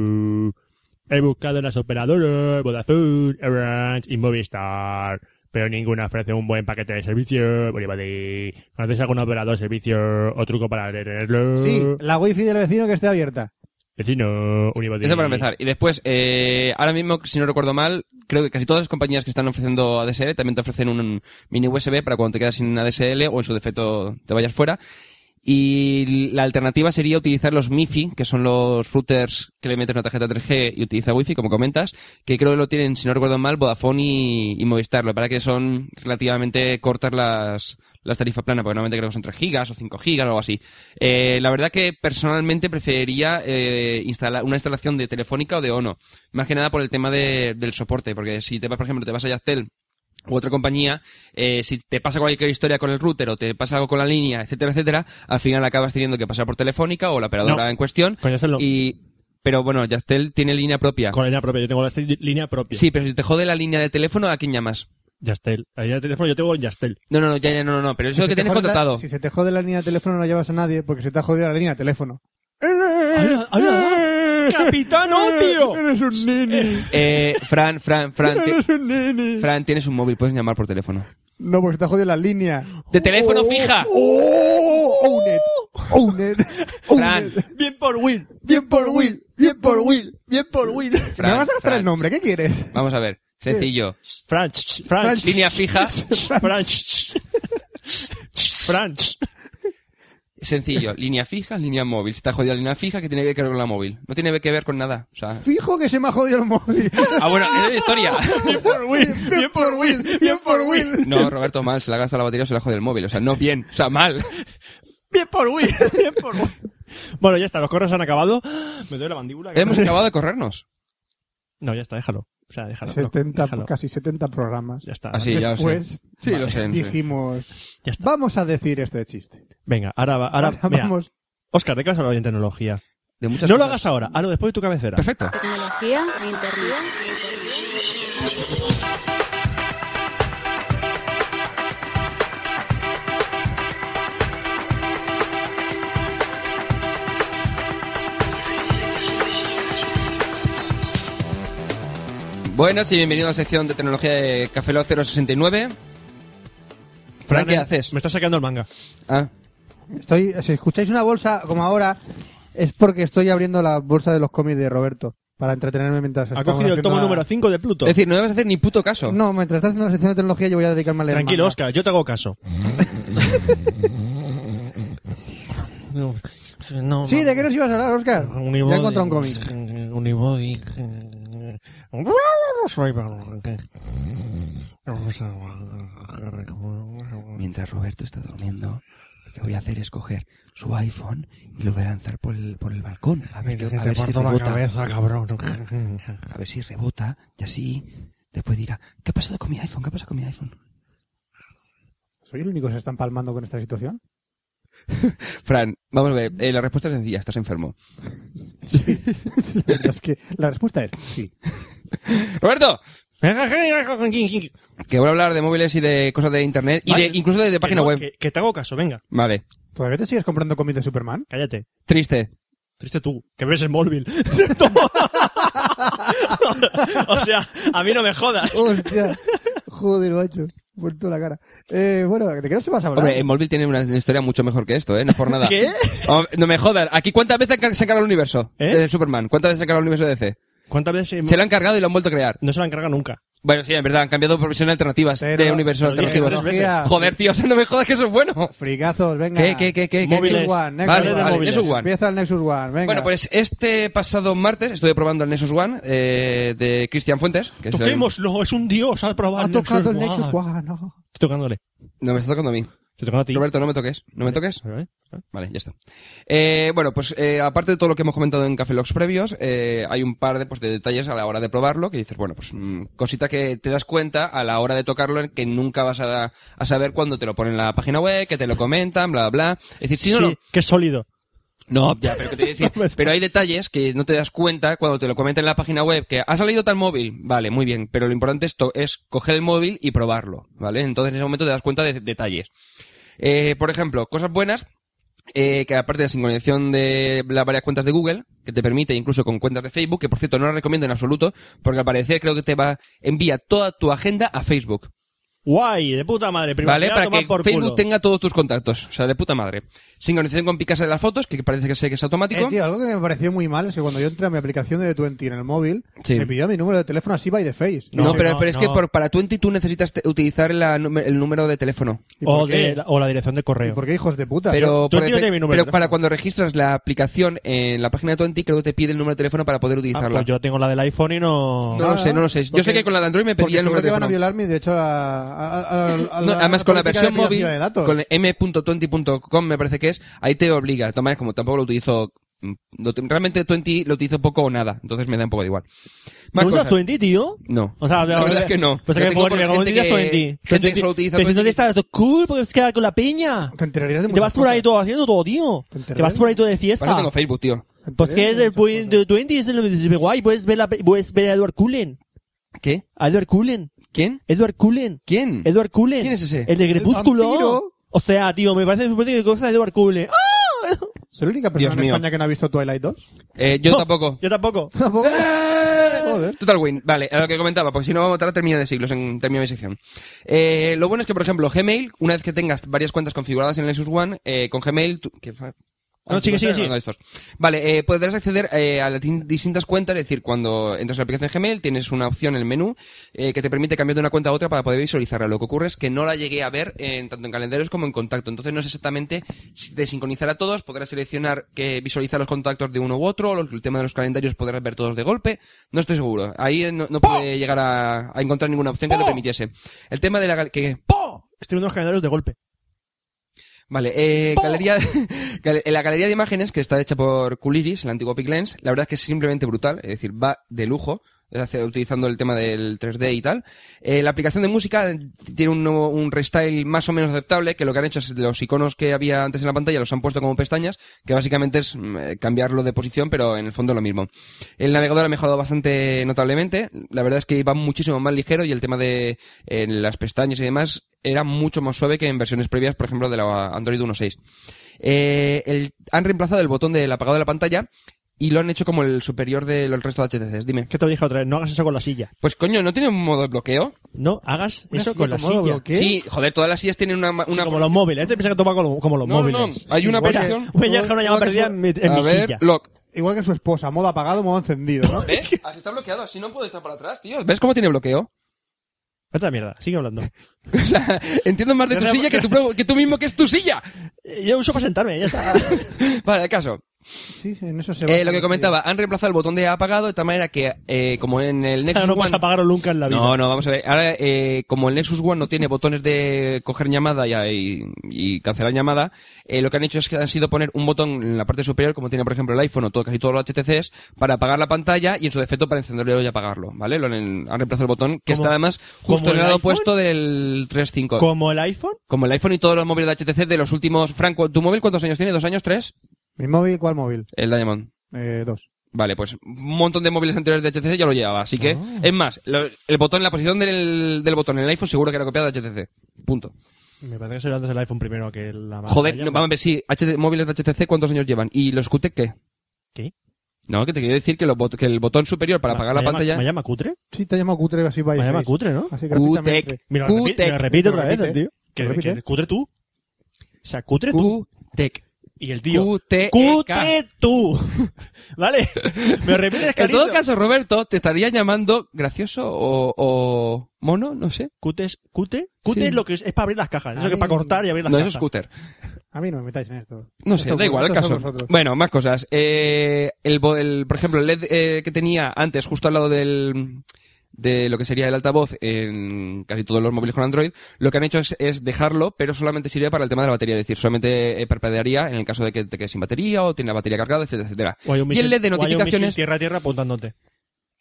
B: He buscado en las operadoras Vodafone, Orange y Movistar, pero ninguna ofrece un buen paquete de servicio. Bolivadi. ¿Conoces algún operador, servicio o truco para tenerlo?
E: Sí, la wifi del vecino que esté abierta.
B: Vecino, Unibody.
F: Eso para empezar. Y después, eh, ahora mismo, si no recuerdo mal, creo que casi todas las compañías que están ofreciendo ADSL también te ofrecen un, un mini USB para cuando te quedas sin ADSL o en su defecto te vayas fuera. Y la alternativa sería utilizar los MIFI, que son los routers que le metes una tarjeta 3G y utiliza Wi-Fi, como comentas, que creo que lo tienen, si no recuerdo mal, Vodafone y, y Movistar. Lo que pasa es que son relativamente cortas las, las tarifas planas, porque normalmente creo que son 3 gigas o 5 gigas o algo así. Eh, la verdad que personalmente preferiría eh, instalar una instalación de Telefónica o de ONO, más que nada por el tema de- del soporte, porque si te vas, por ejemplo, te vas a Yastel u otra compañía, eh, si te pasa cualquier historia con el router o te pasa algo con la línea, etcétera, etcétera, al final acabas teniendo que pasar por Telefónica o la operadora
B: No.
F: en cuestión.
B: Con Yastel no.
F: Y, pero bueno, Yastel tiene línea propia.
B: Con la línea propia, yo tengo la esti- línea propia.
F: Sí, pero si te jode la línea de teléfono, ¿a quién llamas?
B: Yastel. La línea de teléfono yo tengo Yastel.
F: No, no, no, ya, ya, no, no, no, pero eso es
E: Si
F: lo que
E: se te
F: tienes
E: jode la-
F: contratado.
E: Si se te jode la línea de teléfono no llevas a nadie porque se te ha jodido la línea de teléfono. [LAUGHS]
B: ¡Capitán Opio!
E: Eres un nini.
F: Eh, Fran,
B: [LAUGHS]
F: Fran, Fran, ti-
E: Eres un nini.
F: Fran, tienes un móvil, puedes llamar por teléfono.
E: No, porque se te ha jodido la línea.
F: ¡De teléfono fija!
B: oh,
E: ¡Oh! ¡Own it! ¡Own it! Own
F: Fran.
E: it.
B: Bien por Will.
E: ¡Bien por Will! ¡Bien por Will! ¡Bien por Will!
F: Fran,
E: ¿Me vas a gastar
F: Fran.
E: el nombre? ¿Qué quieres?
F: Vamos a ver, sencillo.
B: Franch. Franch. [LAUGHS]
F: Línea fija,
B: Franch. Franch.
F: sencillo. Línea fija, línea móvil. Si está jodida la línea fija, que tiene que ver con la móvil? No tiene que ver con nada. O sea...
E: Fijo que se me ha jodido
B: [LAUGHS]
E: el móvil.
F: Ah, bueno, es de historia.
B: Bien [LAUGHS] por Will.
E: ¡Bien por Will! ¡Bien por Will!
F: No, Roberto, mal. Se la ha gastado la batería o se la jode el móvil. O sea, no bien. O sea, mal.
B: Bien por Wii, [LAUGHS] bien por Wii. Bueno, ya está, los correos han acabado. Me duele la mandíbula.
F: Hemos acabado de corrernos.
B: No, ya está, déjalo. O sea, déjalo. no,
E: 70,
B: déjalo.
E: casi 70 programas.
B: Ya está.
F: Así, ya lo sé.
E: Después
F: Sí, lo sé. no sé.
E: dijimos,
B: Ya está.
E: vamos a decir este chiste.
B: Venga, ahora, va- ahora, mira,
E: vamos.
B: Oscar, ¿de qué vas a hablar hoy en tecnología?
F: de muchas
B: No lo
F: cosas.
B: hagas ahora, hazlo después de tu cabecera.
F: Perfecto.
D: Tecnología, e internet.
F: Buenas y bienvenidos a la sección de tecnología de Café Lock 069. Fran, ¿qué
B: eh,
F: haces?
B: Me estás sacando el manga.
F: Ah,
E: Estoy, si escucháis una bolsa como ahora, es porque estoy abriendo la bolsa de los cómics de Roberto para entretenerme mientras
B: Ha
E: estamos
B: cogido el
E: haciendo
B: tomo
E: la-
B: número 5 de Pluto.
F: es decir, no debes hacer ni puto caso.
E: No, mientras está haciendo la sección de tecnología yo voy a dedicarme a leer
B: Tranquilo,
E: manga.
B: Oscar, yo te hago caso.
G: No, no,
E: Sí,
G: no.
E: ¿de qué nos ibas a hablar, Oscar?
G: Unibody.
E: Ya he encontrado un cómic.
G: Unibody. Soy
F: Mientras Roberto está durmiendo, lo que voy a hacer es coger su iPhone y lo voy a lanzar por el, por el balcón. A ver,
G: Que
F: a
G: te
F: ver si
G: parto la
F: rebota.
G: cabeza, cabrón.
F: A ver si rebota. Y así después dirá, ¿qué ha pasado con mi iPhone? ¿Qué ha pasado con mi iPhone?
E: ¿Soy el único que se está empalmando con esta situación? [LAUGHS]
F: Fran, vamos a ver. eh, la respuesta es sencilla. Estás enfermo.
E: La verdad es que la respuesta es sí.
F: ¡Roberto! Que voy a hablar de móviles y de cosas de internet y
B: Vale.
F: de incluso de, de página
B: que no,
F: web.
B: Que, que te hago caso, venga,
F: Vale.
E: ¿Todavía te sigues comprando cómics de Superman?
B: cállate.
F: Triste.
B: Triste tú, que ves el
F: [LAUGHS]
B: móvil. [LAUGHS] o sea, a mí no me jodas.
E: Hostia, joder, macho. Muerto la cara. Eh, bueno, ¿de qué no se vas a hablar?
F: Hombre, el móvil tiene una historia mucho mejor que esto, ¿eh?
B: [LAUGHS]
F: No es por nada.
B: ¿Qué?
F: Oh, No me jodas. ¿Aquí cuántas veces han ca- se han cargado el universo?
B: ¿Eh?
F: De Superman. ¿Cuántas veces se han cargado el universo de DC?
B: ¿Cuántas veces
F: Se lo han cargado y lo han vuelto a crear.
B: no se la han cargado nunca?
F: Bueno, sí, en verdad, han cambiado por versiones alternativas
E: Pero-
F: de universos
B: Lo dije
F: alternativos.
B: tres veces.
F: Joder, tío, o sea, no me jodas que eso es bueno.
E: Fricazos, venga.
F: ¿Qué, qué, qué, qué? qué?
B: Móviles.
E: Nexus One, Nexus
F: Vale,
E: One.
F: vale,
B: móviles.
F: Nexus One.
E: Empieza el Nexus One, venga.
F: Bueno, pues este pasado martes estuve probando el Nexus One eh, de Cristian Fuentes. Que es el-
B: Toquémoslo, es un dios, ha probado
E: Ha
B: el
E: tocado el
B: One.
E: Nexus One, no.
B: Estoy tocándole.
F: No me está tocando a mí.
B: Estoy tocando a ti.
F: Roberto, no me toques. ¿No me toques?
B: ¿Eh? ¿Eh?
F: Vale, ya está. Eh, bueno, pues eh, aparte de todo lo que hemos comentado en Café Logs previos, eh, hay un par de, pues, de detalles a la hora de probarlo que dices, bueno, pues mm, cosita que te das cuenta a la hora de tocarlo que nunca vas a, a saber cuándo te lo ponen en la página web, que te lo comentan, bla, bla. Es decir, si
B: Sí,
F: no lo-
B: qué sólido.
F: No, ya, pero, que te voy
B: [LAUGHS]
F: a decir, pero hay detalles que no te das cuenta cuando te lo comentan en la página web, que ha salido tal móvil, vale, muy bien, pero lo importante es, to- es coger el móvil y probarlo, ¿vale? Entonces en ese momento te das cuenta de detalles. Eh, por ejemplo, cosas buenas, eh, que aparte de la sincronización de las varias cuentas de Google, que te permite incluso con cuentas de Facebook, que por cierto no la recomiendo en absoluto, porque al parecer creo que te va, envía toda tu agenda a Facebook.
B: Guay, de puta madre.
F: ¿Vale?
B: Privacidad,
F: Para
B: tomar
F: que
B: por
F: Facebook
B: culo.
F: tenga todos tus contactos. O sea, de puta madre. Sincronización con Picasa de las fotos, que parece que sé que es automático.
E: Eh, tío, algo que me pareció muy mal es que cuando yo entré a mi aplicación de Twenty en el móvil,
F: Sí.
E: me pidió mi número de teléfono así by the face.
F: No,
B: No,
F: pero,
B: no,
F: pero es
B: no.
F: que por- para Twenty tú necesitas te- utilizar la nume- el número de teléfono.
E: ¿Y por
B: o,
E: qué?
B: de, o la dirección de
E: ¿Y
B: correo.
E: por qué hijos de puta?
F: Pero,
B: tú
F: por
B: tienes
F: defe-
B: mi número de
F: pero
B: teléfono.
F: para cuando registras la aplicación en la página de Twenty, creo que te pide el número de teléfono para
B: Ah,
F: poder utilizarla.
B: pues yo tengo la del iPhone y no...
F: no lo sé, no lo sé. Yo
E: ah, Porque-
F: sé que con la de Android me
E: Porque
F: pedía el número
E: seguro
F: de
E: que van a
F: teléfono.
E: violarme, de hecho, a, a- a- a- a-
F: No,
E: a-
F: además,
E: a
F: con la versión
E: política de privacidad
F: móvil,
E: de datos.
F: con el m.20.com, me parece que es, ahí te obliga. De todas maneras, como tampoco lo utilizo, mm, lo- realmente 20 lo utilizo poco o nada, entonces me da un poco de igual. Más
B: ¿No usas
F: cosas.
B: 20, tío?
F: No.
B: O sea,
F: [LAUGHS] la verdad es que no.
B: Pues
F: Yo
B: que
F: tengo
B: por
F: por
B: ¿cómo
F: gente
B: utilizas
F: que-
B: 20?
F: gente que solo utiliza
B: Pero si no
F: 20.
B: te estás todo cool porque se queda con la peña.
E: Te enterarías de
B: Te vas
E: muchas
B: por ahí
E: cosas.
B: todo haciendo todo, tío.
E: Te
B: Te vas por ahí todo de
F: Para eso
B: fiesta.
F: tengo Facebook, tío.
B: Pues que es
E: Te
B: el
E: enteras de muchas
B: 20 es el- guay. Puedes ver, la, puedes ver a Edward Cullen.
F: ¿Qué?
B: A Edward Cullen.
F: ¿Quién?
B: Edward Cullen.
F: ¿Quién?
B: Edward Cullen.
F: ¿Quién es ese?
B: El de Crepúsculo.
E: vampiro.
B: o sea, tío, me parece súper que cosa de Edward Cullen. ¡Ah!
E: cosas. ¿Soy la única
F: Dios
E: persona en
F: mío.
E: España que no ha visto Twilight 2?
F: Eh, yo [LAUGHS] tampoco.
B: Yo tampoco.
E: Tampoco. [LAUGHS] Joder.
F: Total Win, vale, a lo que comentaba, porque si no vamos a tardar término de siglos en término de sección. Eh, lo bueno es que, por ejemplo, Gmail, una vez que tengas varias cuentas configuradas en el Nexus One, eh, con Gmail... tú- que fa-
B: No, sigue, sigue, sigue.
F: no, estos. Vale, eh, podrás acceder eh, a las di- distintas cuentas, es decir, cuando entras a la aplicación Gmail tienes una opción en el menú eh, que te permite cambiar de una cuenta a otra para poder visualizarla. Lo que ocurre es que no la llegué a ver en, tanto en calendarios como en contacto, entonces no sé exactamente si te sincronizará todos, podrás seleccionar que visualizar los contactos de uno u otro, los- el tema de los calendarios podrás ver todos de golpe, no estoy seguro. Ahí eh, no, no pude llegar a, a encontrar ninguna opción que lo permitiese. El tema de la... gal- que
B: ¡Po! Estoy viendo los calendarios de golpe.
F: Vale, eh, galería, [LAUGHS] gal- la galería de imágenes que está hecha por Culiris, el antiguo Piclens, la verdad es que es simplemente brutal, es decir, va de lujo. es hacer- utilizando el tema del 3D y tal. Eh, la aplicación de música tiene un, nuevo- un restyle más o menos aceptable, que lo que han hecho es los iconos que había antes en la pantalla los han puesto como pestañas, que básicamente es mm, eh, cambiarlo de posición, pero en el fondo lo mismo. El navegador ha mejorado bastante notablemente, la verdad es que va muchísimo más ligero y el tema de eh, las pestañas y demás era mucho más suave que en versiones previas, por ejemplo, de la Android 1.6. Eh, el- han reemplazado el botón del apagado de la pantalla y lo han hecho como el superior del resto de HTCs. Dime.
B: ¿Qué te lo dije otra vez? No hagas eso con la silla.
F: Pues coño, ¿no tiene un modo de bloqueo?
B: No hagas
E: Una
B: eso
E: silla
B: con la
E: con modo
B: silla.
E: bloqueo. ¿Qué?
F: Sí, joder, todas las sillas tienen una... ma-
B: Sí,
F: una
B: como los móviles. Este piensa que toma como, como los
F: No, no,
B: móviles.
F: no. Hay una
E: Voy a-
F: aplicación...
B: Voy a dejar una llamada perdida en mi, en
F: a
B: mi
F: ver,
B: silla.
F: lock.
E: Igual que su esposa, modo apagado, modo encendido,
F: [LAUGHS]
E: ¿no?
B: [LAUGHS]
F: ¿Ves? Así está bloqueado, así no puedo estar para atrás, tío. ¿Ves cómo tiene bloqueo? [LAUGHS]
B: Vete a la mierda, sigue hablando.
F: O sea, entiendo más de tu
B: Pero-
F: silla que tú, pro- que tú mismo que es tu silla.
B: Eh, Yo uso para sentarme, ya [LAUGHS] está.
F: Vale, el caso.
E: Sí, en eso se
F: Eh,
E: basa
F: lo que
E: la
F: comentaba, han reemplazado el botón de apagado de tal manera que, eh, como en el Nexus
B: no vas
F: One-
B: a pagarlo nunca en la vida.
F: No, no, vamos a ver. Ahora, eh, como el Nexus One no tiene botones de coger llamada y, y- y cancelar llamada, eh, lo que han hecho es que han sido poner un botón en la parte superior, como tiene por ejemplo el iPhone o todo, casi todos los HTCs, para apagar la pantalla y en su defecto para encenderlo y apagarlo, ¿vale? Lo han, han reemplazado el botón que
B: ¿Cómo?
F: está además
B: ¿Como
F: justo en
B: el
F: el lado
B: iPhone?
F: opuesto del 3.5.
B: Como el iPhone,
F: Como el iPhone y todos los móviles de HTC de los últimos... Franco, ¿tu móvil cuántos años tiene? ¿Dos años? ¿Tres?
E: ¿Mi móvil? ¿Cuál móvil?
F: El Diamond.
E: Eh, dos.
F: Vale, pues un montón de móviles anteriores de HTC ya lo llevaba. Así que,
B: Ah.
F: es más, lo- el botón, la posición del, del botón en el iPhone seguro que era copiada de HTC. Punto.
B: me parece que salió antes el iPhone primero que la
F: Joder,
B: pantalla,
F: no, vamos a ver, sí, HT móviles de HTC, ¿cuántos años llevan? ¿Y los QTEC qué?
B: ¿Qué?
F: No, que te quiero decir que, los bot- que el botón superior para
B: ¿Me-
F: apagar
B: me
F: la
B: llama-
F: pantalla.
B: ¿Me llama cutre?
E: Sí, te llama cutre así by
B: Me llama
E: face.
B: cutre, ¿no?
E: Así
F: QTEC.
E: gratuitamente.
B: Mira, lo repi-
F: QTEC.
B: me lo repite otra vez el
E: Repite.
B: tío. Que,
E: Repite.
B: que- cutre tú. O sea, cutre tú.
F: QTEC.
B: Y el tío.
F: QTEK.
B: Cutre tú. [LAUGHS] ¿Vale? Me lo repites
F: En
B: carito.
F: todo caso, Roberto, te estaría llamando gracioso o, o mono, no sé.
B: Cute es, cute. Cute
F: Sí.
B: es lo que es, es para abrir las cajas. Eso
E: Ahí.
B: que es para cortar y abrir las
F: No, eso
B: cajas.
F: es scooter.
E: A mí no me metáis en esto.
F: No sé,
E: Esto-
F: da igual el
E: esto
F: caso.
E: son vosotros.
F: Bueno, más cosas. Eh, el, bo- el- por ejemplo, el LED eh, que tenía antes justo al lado del de lo que sería el altavoz en casi todos los móviles con Android, lo que han hecho es, es dejarlo, pero solamente sirve para el tema de la batería, es decir, solamente eh, parpadearía en el caso de que te quedes sin batería o tiene la batería cargada, etcétera, etcétera.
B: O hay un
F: y
B: misil-
F: el LED de
B: o hay un misil
F: notificaciones,
B: tierra a tierra apuntándote.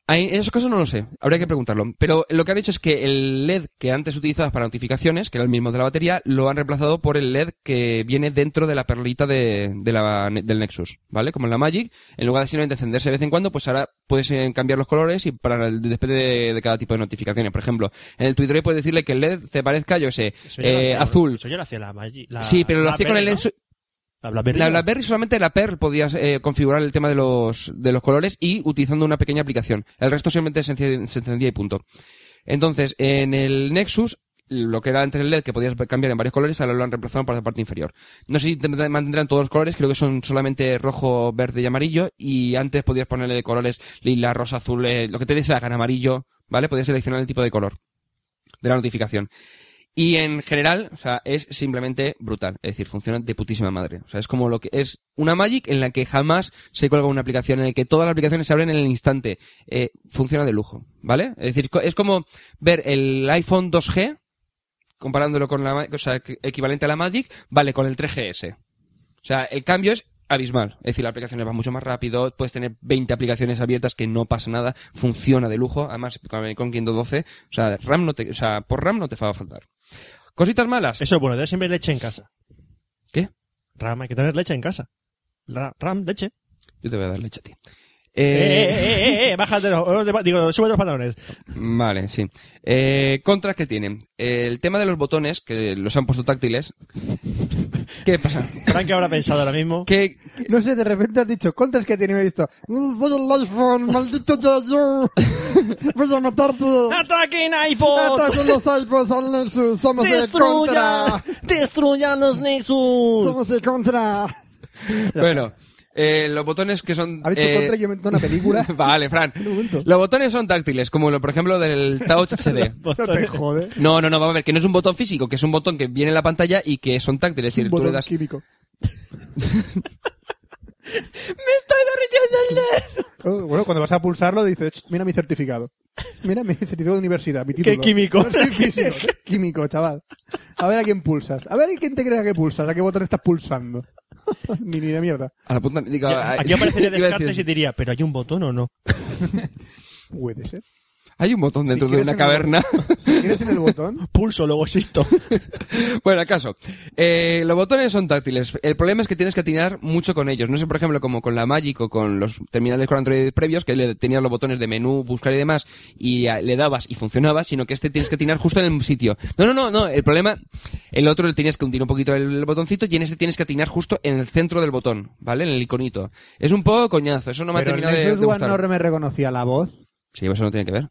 F: Ah, En esos casos no lo sé, habría que preguntarlo. Pero lo que han hecho es que el LED que antes utilizabas para notificaciones, que era el mismo de la batería, lo han reemplazado por el LED que viene dentro de la perlita de, de la, del Nexus, ¿vale? Como en la Magic, en lugar de simplemente encenderse de vez en cuando, pues ahora puedes eh, cambiar los colores y para el, depende de, de cada tipo de notificaciones. Por ejemplo, en el Twitter puedes decirle que el LED te parezca, yo qué sé,
B: Eso ya lo
F: eh,
B: hacía, ¿no?
F: azul.
B: Eso ya lo hacía la, Magi- la
F: sí, pero lo
B: la
F: hacía con el
B: Berry,
F: LED
B: ¿no? La BlackBerry.
F: la BlackBerry solamente la Perl podías eh, configurar el tema de los, de los colores y utilizando una pequeña aplicación. El resto simplemente se encendía, se encendía y punto. Entonces, en el Nexus, lo que era antes el LED que podías cambiar en varios colores, ahora lo han reemplazado por la parte inferior. No sé si te- te mantendrán todos los colores, creo que son solamente rojo, verde y amarillo. Y antes podías ponerle colores lila, rosa, azul, eh, lo que te des la gana, amarillo, ¿vale? Podías seleccionar el tipo de color de la notificación. Y en general, o sea, es simplemente brutal. Es decir, funciona de putísima madre. O sea, es como lo que es una Magic en la que jamás se cuelga una aplicación, en la que todas las aplicaciones se abren en el instante. Eh, funciona de lujo, ¿vale? Es decir, co- es como ver el iPhone 2G comparándolo con la, ma- o sea, que- equivalente a la Magic, vale, con el 3GS. O sea, el cambio es abismal. Es decir, la aplicación va mucho más rápido, puedes tener 20 aplicaciones abiertas que no pasa nada, funciona de lujo, además con con 512, o sea, RAM no te, o sea, por RAM no te va a faltar. Cositas malas.
B: Eso es bueno, tener siempre leche en casa.
F: ¿Qué?
B: Ram, hay que tener leche en casa. Ra- Ram, leche.
F: Yo te voy a dar leche a ti.
B: Eh,
F: Eh,
B: eh, eh, eh, eh, bájate los, los de- digo, súbete los pantalones.
F: Vale, sí. Eh, contras que tienen. El tema de los botones, que los han puesto táctiles. [LAUGHS] ¿Qué pasa?
B: Frank, ¿qué habrá pensado ahora mismo?
F: ¿Qué,
E: No sé, de repente has dicho, contras que tiene visto. [LAUGHS] No soy el iPhone, maldito yo,
F: [LAUGHS]
E: yo. Voy a matarte.
B: ¡Atraquen iPod!
E: Estos son los iPods al Nexus. Somos de
G: ¡Destruyan!
E: contra.
G: ¡Destruyan los Nexus!
E: Somos de contra.
F: Bueno, eh, los botones que son...
E: Ha dicho
F: eh,
E: contra y yo me he inventado
F: [LAUGHS]
E: una película.
F: Vale, Fran.
E: Un momento.
F: Los botones son táctiles, como lo, por ejemplo del
E: [LAUGHS]
F: Touch HD.
E: No te jode.
F: No, no, no, vamos a ver, que no es un botón físico, que es un botón que viene en la pantalla y que son táctiles. Es decir, tú le
E: Botón
F: das...
E: químico. Oh, bueno, cuando vas a pulsarlo dices, "Ch, mira mi certificado. Mira mi [LAUGHS] certificado de universidad, mi título. [LAUGHS]
B: químico?
E: No soy físico, soy químico, chaval. A ver a quién pulsas. A ver a quién te crees que pulsas, a qué botón estás pulsando. [LAUGHS] ni, ni de mierda.
F: ah, A la punta... digo, [LAUGHS]
B: Aquí aparecería
F: iba a decir
B: Descartes y
F: eso.
B: diría, ¿pero hay un botón o no?
E: Puede ser.
F: Hay un botón dentro
E: Si
F: de una
E: quieres en el
F: caverna.
E: botón- Si quieres en
F: [LAUGHS]
E: el botón,
B: Pulso, luego
E: [LAUGHS]
B: existo.
F: Bueno, acaso. Eh, los botones son táctiles. El problema es que tienes que atinar mucho con ellos. No sé, por ejemplo, como con la Magic o con los terminales con Android previos, que le tenías los botones de menú, buscar y demás, y ah, le dabas y funcionaba, sino que este tienes que atinar justo en el sitio. No, no, no, no. El problema, el otro le tienes que hundir un poquito el botoncito y en este tienes que atinar justo en el centro del botón, ¿vale? En el iconito. Es un poco coñazo. Eso no me
E: pero
F: ha
E: el
F: terminado de,
E: Nexus
F: de
E: One
F: gustar.
E: no re- me reconocía la voz.
F: Sí, eso no tiene que ver.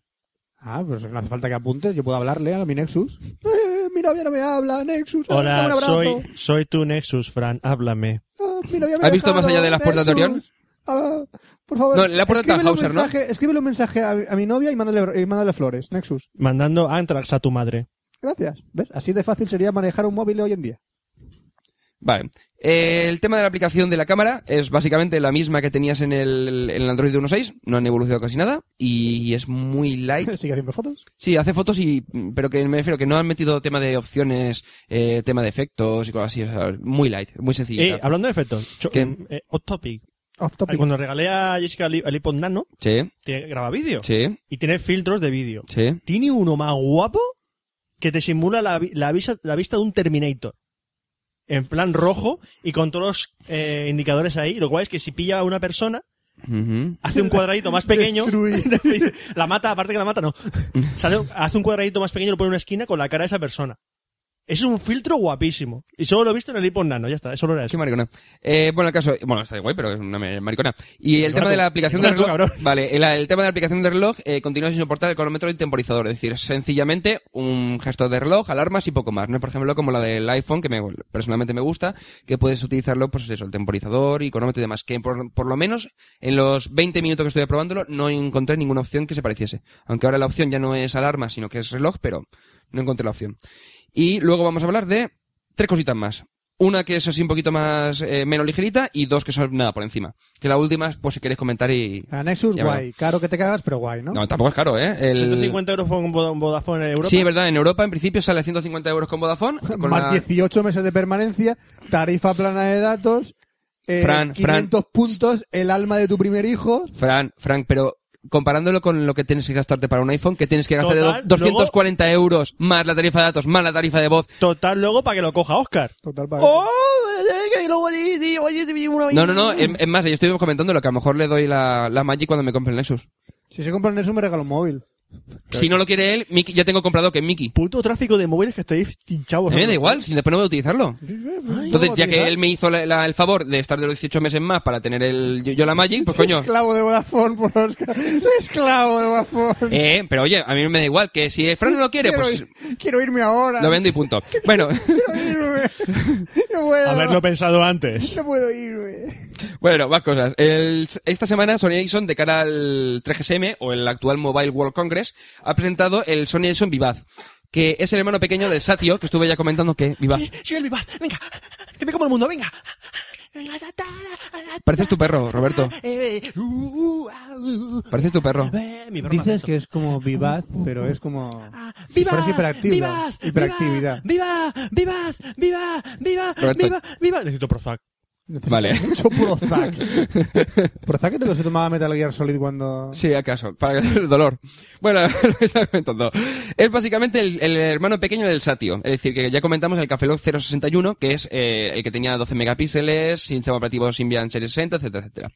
E: Ah, pues no hace falta que apuntes, yo puedo hablarle a mi Nexus. [LAUGHS] Eh, mi novia no me habla, Nexus. ah, dame un
B: Hola,
E: abrazo.
B: soy, soy tu Nexus, Fran, háblame.
E: Ah, mi novia me
F: ¿Has
E: ha
F: visto más
E: dejado,
F: allá de las puertas de Orión?
E: Nexus. Ah, por favor,
F: No, la puerta de
E: escríbele, un
F: Tannhauser, ¿no?
E: mensaje, escríbele un mensaje a, a mi novia y mándale, y mándale flores, Nexus.
B: Mandando Antrax a tu madre.
E: Gracias. ¿Ves? Así de fácil sería manejar un móvil hoy en día.
F: Vale. Eh, el tema de la aplicación de la cámara es básicamente la misma que tenías en el, en el Android 1.6. No han evolucionado casi nada. Y es muy light.
E: [LAUGHS] Sigue haciendo fotos.
F: Sí, hace fotos y, pero que me refiero que no han metido tema de opciones, eh, tema de efectos y cosas así. o sea, muy light, muy sencillita.
B: Eh, hablando de efectos, cho-
F: ¿Qué?
B: eh, off topic.
E: Off
B: Ay,
E: topic.
B: Cuando regalé a Jessica el, el iPod Nano,
F: Sí,
B: tiene, graba vídeo.
F: sí,
B: Y tiene filtros de vídeo.
F: sí.
B: Tiene uno más guapo que te simula la, vi- la visa- la vista de un Terminator. En plan rojo y con todos los eh, indicadores ahí. Lo cual es que si pilla a una persona,
F: Ujú.
B: hace un cuadradito
F: [LAUGHS]
B: más pequeño.
E: Destruir.
B: [LAUGHS] la mata, aparte que la mata, no. Sale- hace un cuadradito más pequeño y lo pone en una esquina con la cara de esa persona. Es un filtro guapísimo. Y solo lo he visto en el iPod Nano, ya está, eso lo era
F: Qué
B: eso.
F: maricona. Eh, bueno, el caso, bueno, está guay, pero es una me- maricona. Y el
B: Maricona
F: tema de
B: tú. [LAUGHS]
F: la aplicación de
B: Maricona
F: reloj.
B: tú, cabrón.
F: Vale, el, el tema de la aplicación de reloj eh, continúa sin soportar el cronómetro y el temporizador. Es decir, es sencillamente un gesto de reloj, alarmas y poco más. No es, por ejemplo, como la del iPhone, que me, personalmente me gusta, que puedes utilizarlo, pues eso, el temporizador y cronómetro y demás. Que por, por lo menos en los 20 minutos que estuve probándolo no encontré ninguna opción que se pareciese. Aunque ahora la opción ya no es alarma, sino que es reloj, pero no encontré la opción. Y luego vamos a hablar de tres cositas más. Una que es así un poquito más, eh, menos ligerita y dos que son nada por encima. Que la última, pues si queréis comentar y...
E: A Ah, Nexus,
F: Ya
E: guay. Caro que te cagas, pero guay, ¿no? [LAUGHS]
F: No, tampoco es caro, ¿eh? El-
B: 150 euros con Voda- Vodafone en Europa.
F: Sí, es verdad, en Europa en principio sale a 150 euros con
B: [LAUGHS]
F: Vodafone. Con
E: Más
F: la-
E: 18 meses de permanencia, tarifa plana de datos, eh,
F: Fran,
E: 500 puntos, el alma de tu primer hijo.
F: Fran, Frank, pero comparándolo con lo que tienes que gastarte para un iPhone, que tienes que gastar de
B: Total,
F: do- 240 euros más la tarifa de datos, más la tarifa de voz.
B: Total, luego para que lo coja Oscar.
E: Total, para
B: ¡Oh! eh, que luego di- di- oye, te vi una-
F: No, no, no, es es más, yo estoy comentando lo que a lo mejor le doy la, la Magic cuando me compre el Nexus.
E: Si se compra un Nexus, me regalo un móvil.
F: Si no lo quiere él, Mickey, ya tengo comprado que Mickey.
B: Puto tráfico de móviles que estáis hinchados.
F: A mí me da igual, si después no voy a utilizarlo. Entonces, ya que él me hizo la- la- el favor de estar de los 18 meses más para tener el yo, yo la Magic,
E: [LAUGHS]
F: pues coño.
E: Esclavo de Vodafone, por Oscar. Esclavo de Vodafone.
F: Eh, pero oye, a mí me da igual, que si el Fran no lo quiere,
E: quiero,
F: pues
E: ir- quiero irme ahora.
F: lo vendo y
E: [LAUGHS]
F: punto. Bueno, [LAUGHS]
E: Quiero irme. No puedo.
B: Haberlo pensado antes.
E: No puedo irme.
F: bueno, más cosas. El- esta semana Sony Ericsson, de cara al 3GSM o el actual Mobile World Congress, ha presentado el Sony Ericsson Vivaz, que es el hermano pequeño del Satio, que estuve ya comentando que
E: [LAUGHS]
F: Vivaz.
B: Soy el Vivaz, venga. Que me como el mundo, venga.
F: Pareces tu perro, Roberto.
B: Eh, eh, uh, uh, ah, uh, uh.
F: Pareces tu perro.
B: Eh, mi broma
E: Dices
B: es Ah,
E: que es como vivaz, pero es como...
B: ¡Viva!
E: Parece hiperactiva.
B: ¡Viva!
E: Hiperactividad.
B: ¡Viva! ¡Viva! ¡Viva! ¡Viva!
F: Roberto.
B: ¡Viva! ¡Viva! Necesito Prozac.
F: Vale.
E: Mucho Prozac.
F: [LAUGHS]
E: Prozac es lo que se tomaba Metal Gear Solid cuando...
F: Sí, acaso, para [LAUGHS] el dolor. Bueno, [LAUGHS] lo que estaba comentando. Es básicamente el, el hermano pequeño del Satio. Es decir, que ya comentamos el Café Lock 061, que es eh, el que tenía 12 megapíxeles, sistema operativo Symbian 60, etcétera, etcétera.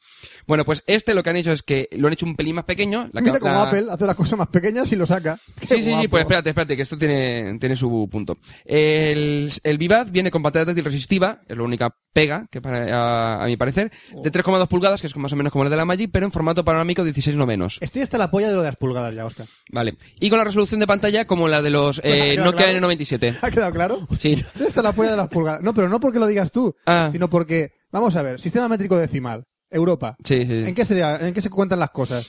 F: Bueno, pues este lo que han hecho es que lo han hecho un pelín más pequeño. La,
E: Mira
F: ca-
E: como
F: la-
E: Apple hace las cosas más pequeñas y lo saca. Qué
F: Sí, sí, sí,
E: guapo.
F: pues espérate, espérate, que esto tiene, tiene su punto. El, el Vivaz viene con pantalla táctil resistiva, es la única pega, que para, a, a mi parecer,
E: Oh.
F: de 3,2 pulgadas, que es más o menos como la de la Magic, pero en formato panorámico 16 novenos.
E: Estoy hasta la polla de lo de las pulgadas ya, Oscar.
F: Vale. Y con la resolución de pantalla como la de los eh,
E: queda
F: Nokia
E: claro. [LAUGHS]
F: N97.
E: ¿Ha quedado claro?
F: Sí.
E: [LAUGHS] Estoy hasta la polla de las pulgadas. No, pero no porque lo digas tú,
F: Ah.
E: sino porque... Vamos a ver, sistema métrico decimal. Europa.
F: Sí, sí, sí.
E: ¿En qué se, en qué se cuentan las cosas?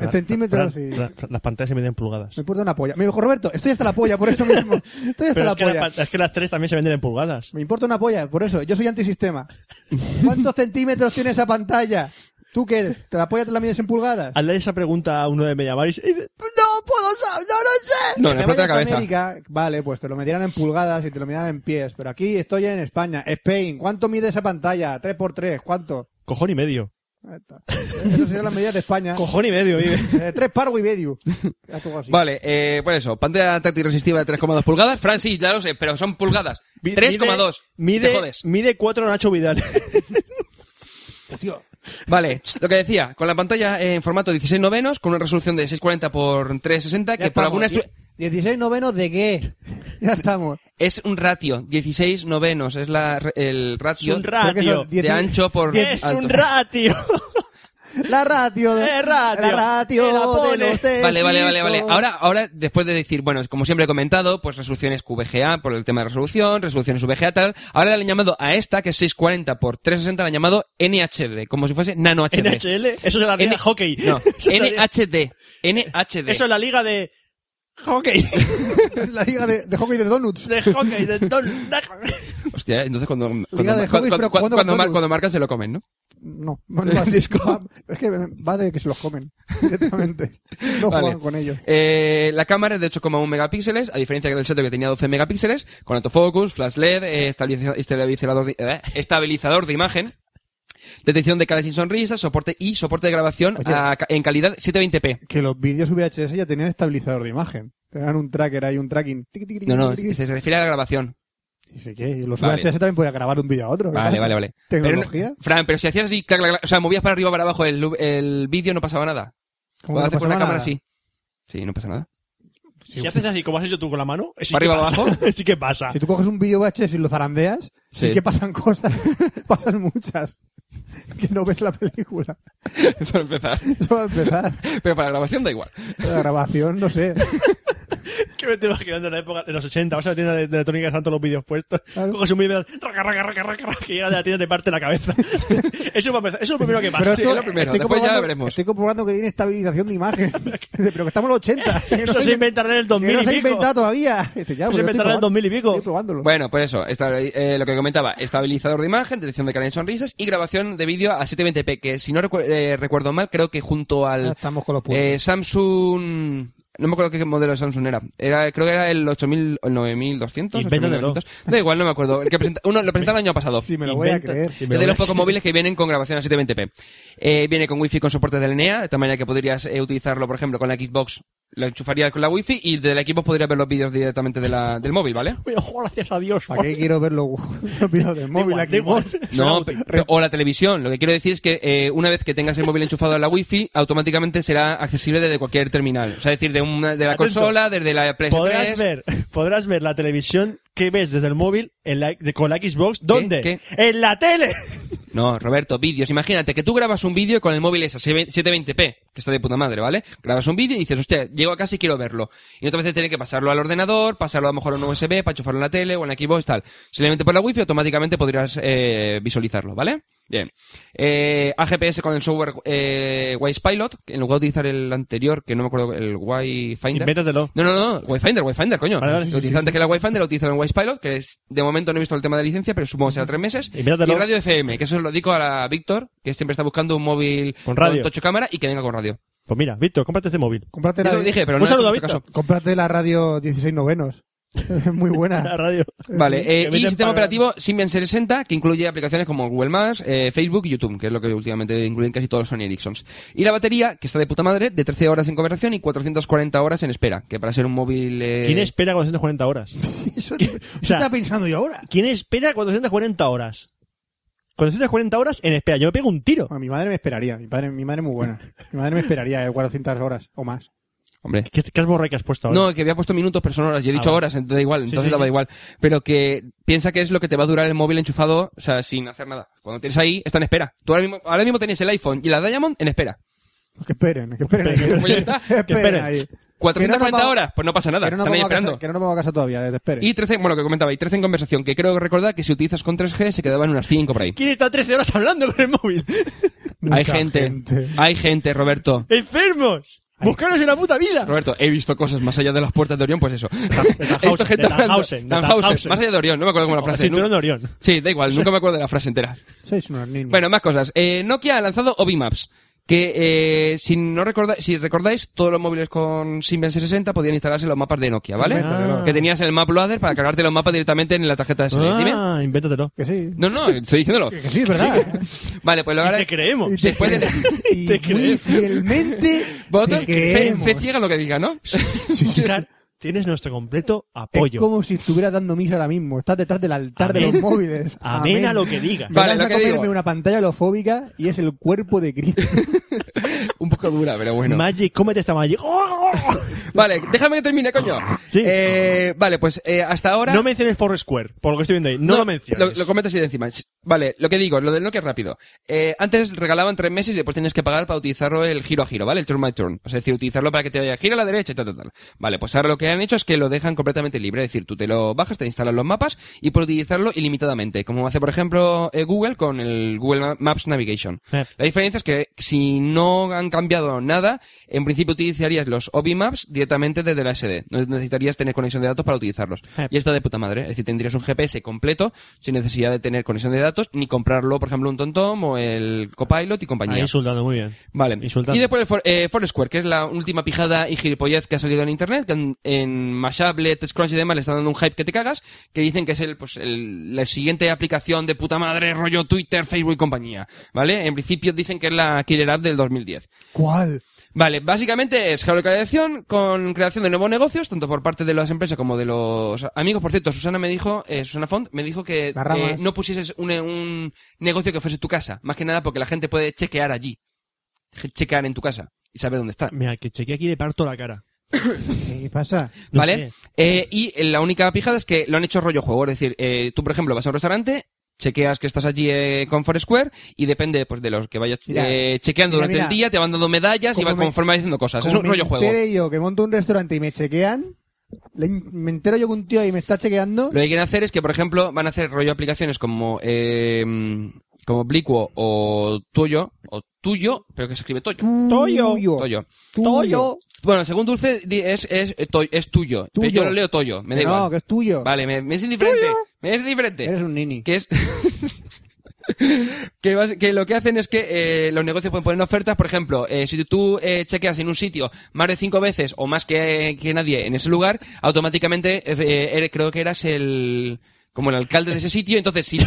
E: en centímetros
B: Fran,
E: y...
B: Fran, Fran, Las pantallas se miden en pulgadas.
E: Me importa una polla. Me dijo Roberto, estoy hasta la polla por
B: [LAUGHS]
E: eso mismo. Estoy hasta
B: Pero
E: la
B: es que,
E: polla.
B: la- es que las tres también se venden en pulgadas.
E: Me importa una polla, por eso. Yo soy antisistema. ¿Cuántos centímetros tiene esa pantalla? ¿Tú qué? ¿Te la polla te la mides en pulgadas?
B: Hazle esa pregunta a uno de Mediamaris y dice, ¡No puedo saber! ¡No lo sé!
F: No, le
E: Que te
F: explota la
E: vayas a
F: cabeza.
E: América, vale, pues te lo medieran en pulgadas y te lo medieran en pies. Pero aquí estoy en España. Spain, ¿cuánto mide esa pantalla? ¿3 por 3 ¿Cuánto?
B: Cojón y medio.
E: Ahí está. Eso sería la medida de España.
B: Cojón y medio, vive.
E: Eh, tres paros y medio. Algo así.
F: Vale, eh, por eso, pantalla táctil resistiva de 3,2 pulgadas. Fran, sí, ya lo sé, pero son pulgadas.
B: Mi-
F: 3,2.
B: Mide,
F: Te
B: mide,
F: jodes.
B: mide 4 Nacho Vidal.
E: Tío,
F: Vale, lo que decía, con la pantalla eh, en formato 16 novenos, con una resolución de 640 por 360, que
E: ya
F: por
E: estamos.
F: alguna... estru-
E: Die- 16 novenos de qué? Ya estamos.
F: Es un ratio, 16 novenos, es la, el
B: Es
F: ratio
B: un
E: Creo que son
B: ratio.
E: 10
F: de ancho
B: [LAUGHS]
F: por
B: Es un
F: alto. [LAUGHS]
B: ratio.
E: La ratio. de-
F: Eh,
B: Es ratio.
E: La ratio
B: Que la
E: de
B: pone.
E: los tecitos.
F: Vale, vale, vale, vale. Ahora, ahora, después de decir, bueno, como siempre he comentado, pues resoluciones QVGA por el tema de resolución, resoluciones VGA tal, ahora le han llamado a esta, que es 640 por 360, le han llamado NHD, como si fuese nano HD.
B: NHL. Eso es de la liga
F: N-
B: de hockey.
F: No,
B: [LAUGHS]
E: [LAUGHS]
B: Eso es la liga-
F: NHD. NHD.
B: Eso es la liga de hockey.
E: [LAUGHS]
B: [LAUGHS]
E: La liga de, de hockey de donuts.
B: De hockey, de don-
F: Hostia, entonces cuando, cuando,
E: Liga de
F: cuando-
E: hobbies, pero
F: cuando-
E: jugando
F: cuando
E: con
F: mar-
E: todos.
F: cuando marcan se lo comen, ¿no?
E: No, no, no, es, va- es que va de que se
F: [LAUGHS]
E: los comen directamente. No
F: Vale.
E: juegan con ellos.
F: Eh, la cámara es de 8,1 megapíxeles, a diferencia del 7 que tenía 12 megapíxeles, con autofocus, flash LED, eh, estabiliza- estabilizador, de, eh, estabilizador de imagen, detección de caras sin sonrisas, soporte y soporte de grabación
E: Oye.
F: a ca- en calidad 720p.
E: Que los vídeos VHS ya tenían estabilizador de imagen. Tenían un tracker ahí, un tracking. Tiqui, tiqui, tiqui,
F: No, no,
E: tiqui, tiqui.
F: se se refiere a la grabación.
E: Y sí que los
F: Vale.
E: VHS también podía grabar de un vídeo a otro. ¿qué
F: Vale,
E: pasa?
F: vale, vale. Pero no-
E: ¿Tecnología?
F: Fran, pero si hacías así, clac, clac, clac, o sea, movías para arriba o para abajo el, el vídeo, no pasaba nada. Cuando
E: ¿Cómo Pues no
F: haces con una
E: pasaba
F: cámara,
E: nada?
F: sí. Sí, no pasa nada. [LAUGHS]
B: Si haces así, como has hecho tú con la mano, sí
F: ¿Para
B: que
F: arriba,
B: pasa.
F: abajo?
B: [LAUGHS] Sí que pasa.
E: Si tú coges un vídeo VHS y lo zarandeas, sí,
F: Sí.
E: que pasan cosas. [LAUGHS] pasan muchas. Que no ves la película.
F: Eso para empezar.
E: Eso va a empezar.
F: Pero para la grabación da igual.
E: La grabación, no sé.
B: Que me estoy imaginando en la época de los 80. Vas a la tienda de, de la tónica que están todos los vídeos puestos.
E: Claro.
B: Coges un vídeo y raca, raca, raca, raca, raca, que llega de la tienda y te parte la cabeza. [LAUGHS] eso, va a empezar- eso es lo primero que pasa.
E: Pero
F: Sí,
E: esto-
F: es lo primero,
E: estoy
F: después ya
E: comprobando-
F: veremos.
E: Estoy comprobando que tiene estabilización de imagen. Dice, pero que estamos en los 80. que no
B: [LAUGHS] Eso
E: hay-
B: se inventará en el 2000
E: que no
B: y
E: se ha
B: pico.
E: inventado todavía. Dice, ya,
B: Eso
E: pues
B: se
E: yo estoy
B: inventará en el
E: probando-
B: 2000 y pico.
E: Estoy probándolo.
F: Bueno, pues eso, esta- eh, lo que comentaba, estabilizador de imagen, detección de caras y sonrisas y grabación de vídeo a 720p, que si no recu- eh, recuerdo mal, creo que junto
E: Ya
F: al
E: Ah, estamos con los puntos.
F: eh, Samsung... No me acuerdo qué modelo de Samsung era. era creo que era el 8000 o el 9200.
B: Invéntatelo.
F: 8900. Da igual, no me acuerdo. El que presenta- uno lo presentaba el año pasado.
E: Sí, me lo voy a
B: Inventa-
E: creer.
B: Sí, me
F: Es
B: lo
F: de los
B: voy a-
F: pocos móviles que vienen con grabación a 720p. Eh, viene con wifi con soporte de LNA, de tal manera que podrías eh, utilizarlo, por ejemplo, con la Xbox. Lo enchufarías con la wifi y desde la Xbox podrías ver los vídeos directamente de la- del móvil, ¿vale?
B: Oye, ojo, gracias a Dios.
E: ¿Para qué quiero ver los [LAUGHS] los vídeos del móvil
B: igual,
E: aquí?
B: da igual. Suena
F: No,
B: útil.
F: pe- pero- o la televisión. Lo que quiero decir es que eh, una vez que tengas el móvil enchufado a la wifi, automáticamente será accesible desde cualquier terminal. O sea, es decir, de, una, de la
B: Atento.
F: consola, desde
B: Podrás
F: la PlayStation 3.
B: ver, [LAUGHS] podrás ver la televisión que ves desde el móvil en la- de- con la Xbox. ¿Dónde?
F: ¿Qué?
B: ¡En la tele! [LAUGHS]
F: No, Roberto, vídeos. Imagínate que tú grabas un vídeo con el móvil ese, 720p, que está de puta madre, ¿vale? Grabas un vídeo y dices, hostia, llego a casa y quiero verlo. Y otra vez tienes que pasarlo al ordenador, pasarlo a lo mejor a un USB, para enchufarlo en la tele o en la Xbox, tal. Simplemente por la wifi automáticamente podrías eh, visualizarlo, ¿vale? Bien. Eh, AGPS con el software eh, Pilot, en lugar de utilizar el anterior, que no me acuerdo, el Wifinder.
B: Invéntatelo.
F: No, no, no, Wayfinder, Wayfinder, coño.
B: Vale, vale, sí,
F: lo utilizan antes que la Wayfinder, lo utilizan en Pilot, que es, de momento no he visto el tema de licencia, pero supongo que será tres meses.
B: Y míratelo.
F: radio FM, que eso lo digo a la Víctor, que siempre está buscando un móvil
B: Con radio.
F: tocho cámara y que venga con radio.
B: Pues mira, Víctor, cómprate este
E: [LAUGHS]
B: móvil.
E: Comprate
F: Eso
E: la,
F: lo dije, pero
B: Un
F: no le he
B: saludo
F: hecho
B: a
F: mucho
B: Víctor.
F: caso.
E: cómprate la radio 16 novenos. [LAUGHS] Es muy
B: La
E: buena.
B: radio.
F: Vale, eh,
B: Que
F: y
B: meten
F: sistema
B: para-
F: operativo Symbian 60, que incluye aplicaciones como Google Maps, eh, Facebook y YouTube, que es lo que últimamente incluyen casi todos los Sony Ericssons. Y la batería, que está de puta madre, de 13 horas en conversación y 440 horas en espera, que para ser un móvil... eh,
B: ¿Quién espera 440 horas?
E: [LAUGHS] Eso, eso
B: sea,
E: estaba pensando yo ahora.
B: ¿Quién espera 440 horas? 440 horas en espera. Yo me pego un tiro.
E: Bueno, Pues mi madre me esperaría. Mi, padre, mi madre es muy buena. Mi madre me esperaría eh, 400 horas o más.
F: Hombre.
B: ¿Qué, qué has borrado que has puesto ahora?
F: No, que había puesto minutos, pero son horas. Y he dicho
B: Ah, vale.
F: horas, entonces da igual, entonces
B: sí,
F: daba
B: sí.
F: igual. Pero que piensa que es lo que te va a durar el móvil enchufado, o sea, sin hacer nada. Cuando tienes ahí, está en espera. Tú ahora mismo, ahora mismo tenías el iPhone y la Diamond en espera.
E: Que esperen, que esperen.
B: Esperen,
E: ahí.
F: Pues ya
E: [LAUGHS]
F: está.
E: Que
B: esperen.
E: esperen ahí. Que no
F: 440
E: nos va-
F: horas, pues no pasa nada,
E: Que no nos
F: están ahí
E: vamos a
F: esperando.
E: casa- que no nos vamos a casa todavía, eh, te esperen.
F: Y 13, bueno, que comentaba, y 13 en conversación, que creo recordar que si utilizas con 3G se quedaban unas 5
E: [LAUGHS]
F: por ahí.
B: ¿Quién está 13 horas hablando con el móvil? [LAUGHS]
E: Mucha
F: hay gente, hay gente,
E: [LAUGHS]
F: Roberto.
B: ¡Enfermos! ¡Buscaros en la puta vida!
F: Roberto, he visto cosas más allá de las puertas de Orión,
B: [LAUGHS]
F: pues eso. He visto
B: Tannhausen,
F: gente
B: de
F: hablando-
B: Tannhausen, de
F: Tannhausen,
B: Tannhausen.
F: más allá de Orión, no me acuerdo cómo la frase.
B: Cinturón
F: nunca-
B: de Orión.
F: Sí, da igual, nunca me acuerdo de la frase entera.
E: Sois unos niños.
F: Bueno, más cosas. Eh, Nokia ha lanzado Obi Maps, que eh, si no recorda- si recordáis, todos los móviles con Symbian 60 podían instalarse los mapas de Nokia, ¿vale?
B: Ah.
F: Que tenías el map loader para cargarte los mapas directamente en la tarjeta de SD. Dime.
B: Ah, invéntatelo.
E: Que sí.
F: No, no, estoy diciéndolo.
E: Que sí, es verdad.
F: Vale, pues lo
B: Y
F: haré.
B: te
E: [LAUGHS]
B: creemos.
E: Y te
F: Después de-
E: creemos.
B: te
E: [LAUGHS] Y muy
B: creemos.
E: fielmente.
F: [LAUGHS] Vosotros,
E: te
F: fe,
E: creemos.
F: fe ciega lo que diga, ¿no?
B: Oscar, tienes nuestro completo
E: Es
B: apoyo.
E: como si estuviera dando misa ahora mismo. Estás detrás del altar de
B: Amén.
E: los móviles.
B: Amén a lo que diga.
E: Me
F: Vale,
E: vas
F: lo
E: a
F: que
E: comerme
F: digo.
E: una pantalla holofóbica y es el cuerpo
F: [LAUGHS]
E: de Cristo.
F: [LAUGHS] Un poco dura, pero bueno.
B: Magic, cómete esta Magic. ¡Oh!
F: Vale, déjame que termine, coño.
B: Sí.
F: Eh, vale, pues eh, hasta ahora...
B: No menciones Foursquare, por lo que estoy viendo ahí. No, lo menciones.
F: Lo, lo comento así de encima. Vale, lo que digo, lo del Nokia es rápido. Eh, antes regalaban tres meses y después tenías que pagar para utilizarlo el giro a giro, ¿vale? El turn by turn. O sea, es decir, utilizarlo para que te vaya giro a la derecha y tal, tal, tal. Vale, pues ahora lo que han hecho es que lo dejan completamente libre. Es decir, tú te lo bajas, te instalas los mapas y puedes utilizarlo ilimitadamente. Como hace, por ejemplo, eh, Google con el Google Ma- Maps Navigation.
B: Eh.
F: La diferencia es que si no han cambiado nada, en principio utilizarías los OBI Maps directamente desde la SD. No necesitarías tener conexión de datos para utilizarlos.
B: Eh.
F: Y está de puta madre. Es decir, tendrías un GPS completo sin necesidad de tener conexión de datos ni comprarlo, por ejemplo, un TomTom o el Copilot y
B: Ahí
F: compañía.
B: Ah, insultando, muy bien.
F: Vale.
B: Insultando.
F: Y después el For- eh, Foursquare, que es la última pijada y gilipollez que ha salido en internet, que en, en Mashup, Let's Crunch y demás le están dando un hype que te cagas, que dicen que es el, pues, el- la siguiente aplicación de puta madre, rollo Twitter, Facebook y compañía. ¿Vale? En principio dicen que es la killer app del 2010.
E: ¿Cuál?
F: Vale, básicamente es geolocalización con creación de nuevos negocios, tanto por parte de las empresas como de los amigos. Por cierto, Susana me dijo, eh, Susana Font, me dijo que
E: Las ramas.
F: eh, no pusieses un, un negocio que fuese tu casa. Más que nada porque la gente puede chequear allí. Je- Chequear en tu casa y saber dónde está.
B: Mira, que chequeé aquí de parto la
F: [LAUGHS]
B: cara.
E: ¿Qué pasa?
B: No
F: ¿Vale?
B: sé.
F: Eh, y la única pijada es que lo han hecho rollo juego. Es decir, eh, tú, por ejemplo, vas a un restaurante, chequeas que estás allí eh, con Foursquare y depende pues, de los que vayas
E: Mira,
F: eh, chequeando
E: mira,
F: durante el
E: mira.
F: día, te van dando medallas y
E: Como
F: vas
E: me-
F: conforme vas diciendo cosas. Es
E: Como
F: un rollo juego.
E: Me entere yo que monto un restaurante y me chequean. le- me entero yo que un tío ahí me está chequeando.
F: Lo que quieren hacer es que, por ejemplo, van a hacer rollo aplicaciones como eh, como Bliquo o Tuyo, o Tuyo, pero que se escribe Toyo.
B: Toyo.
F: Toyo.
E: Tuyo.
F: Bueno, según Dulce di- es, es, eh, toy- es tuyo, pero
E: Tuyo.
F: yo lo leo Toyo, me da
E: Que no,
F: igual.
E: que es tuyo.
F: Vale, me, me es indiferente. Me es indiferente.
E: Eres un nini.
F: Que es... [LAUGHS] que, bas- que lo que hacen es que eh, los negocios pueden poner ofertas, por ejemplo, eh, si tú eh, chequeas en un sitio más de cinco veces o más que, que nadie en ese lugar, automáticamente eh, eres- creo que eras el como el alcalde de ese sititio, entonces si tú [LAUGHS]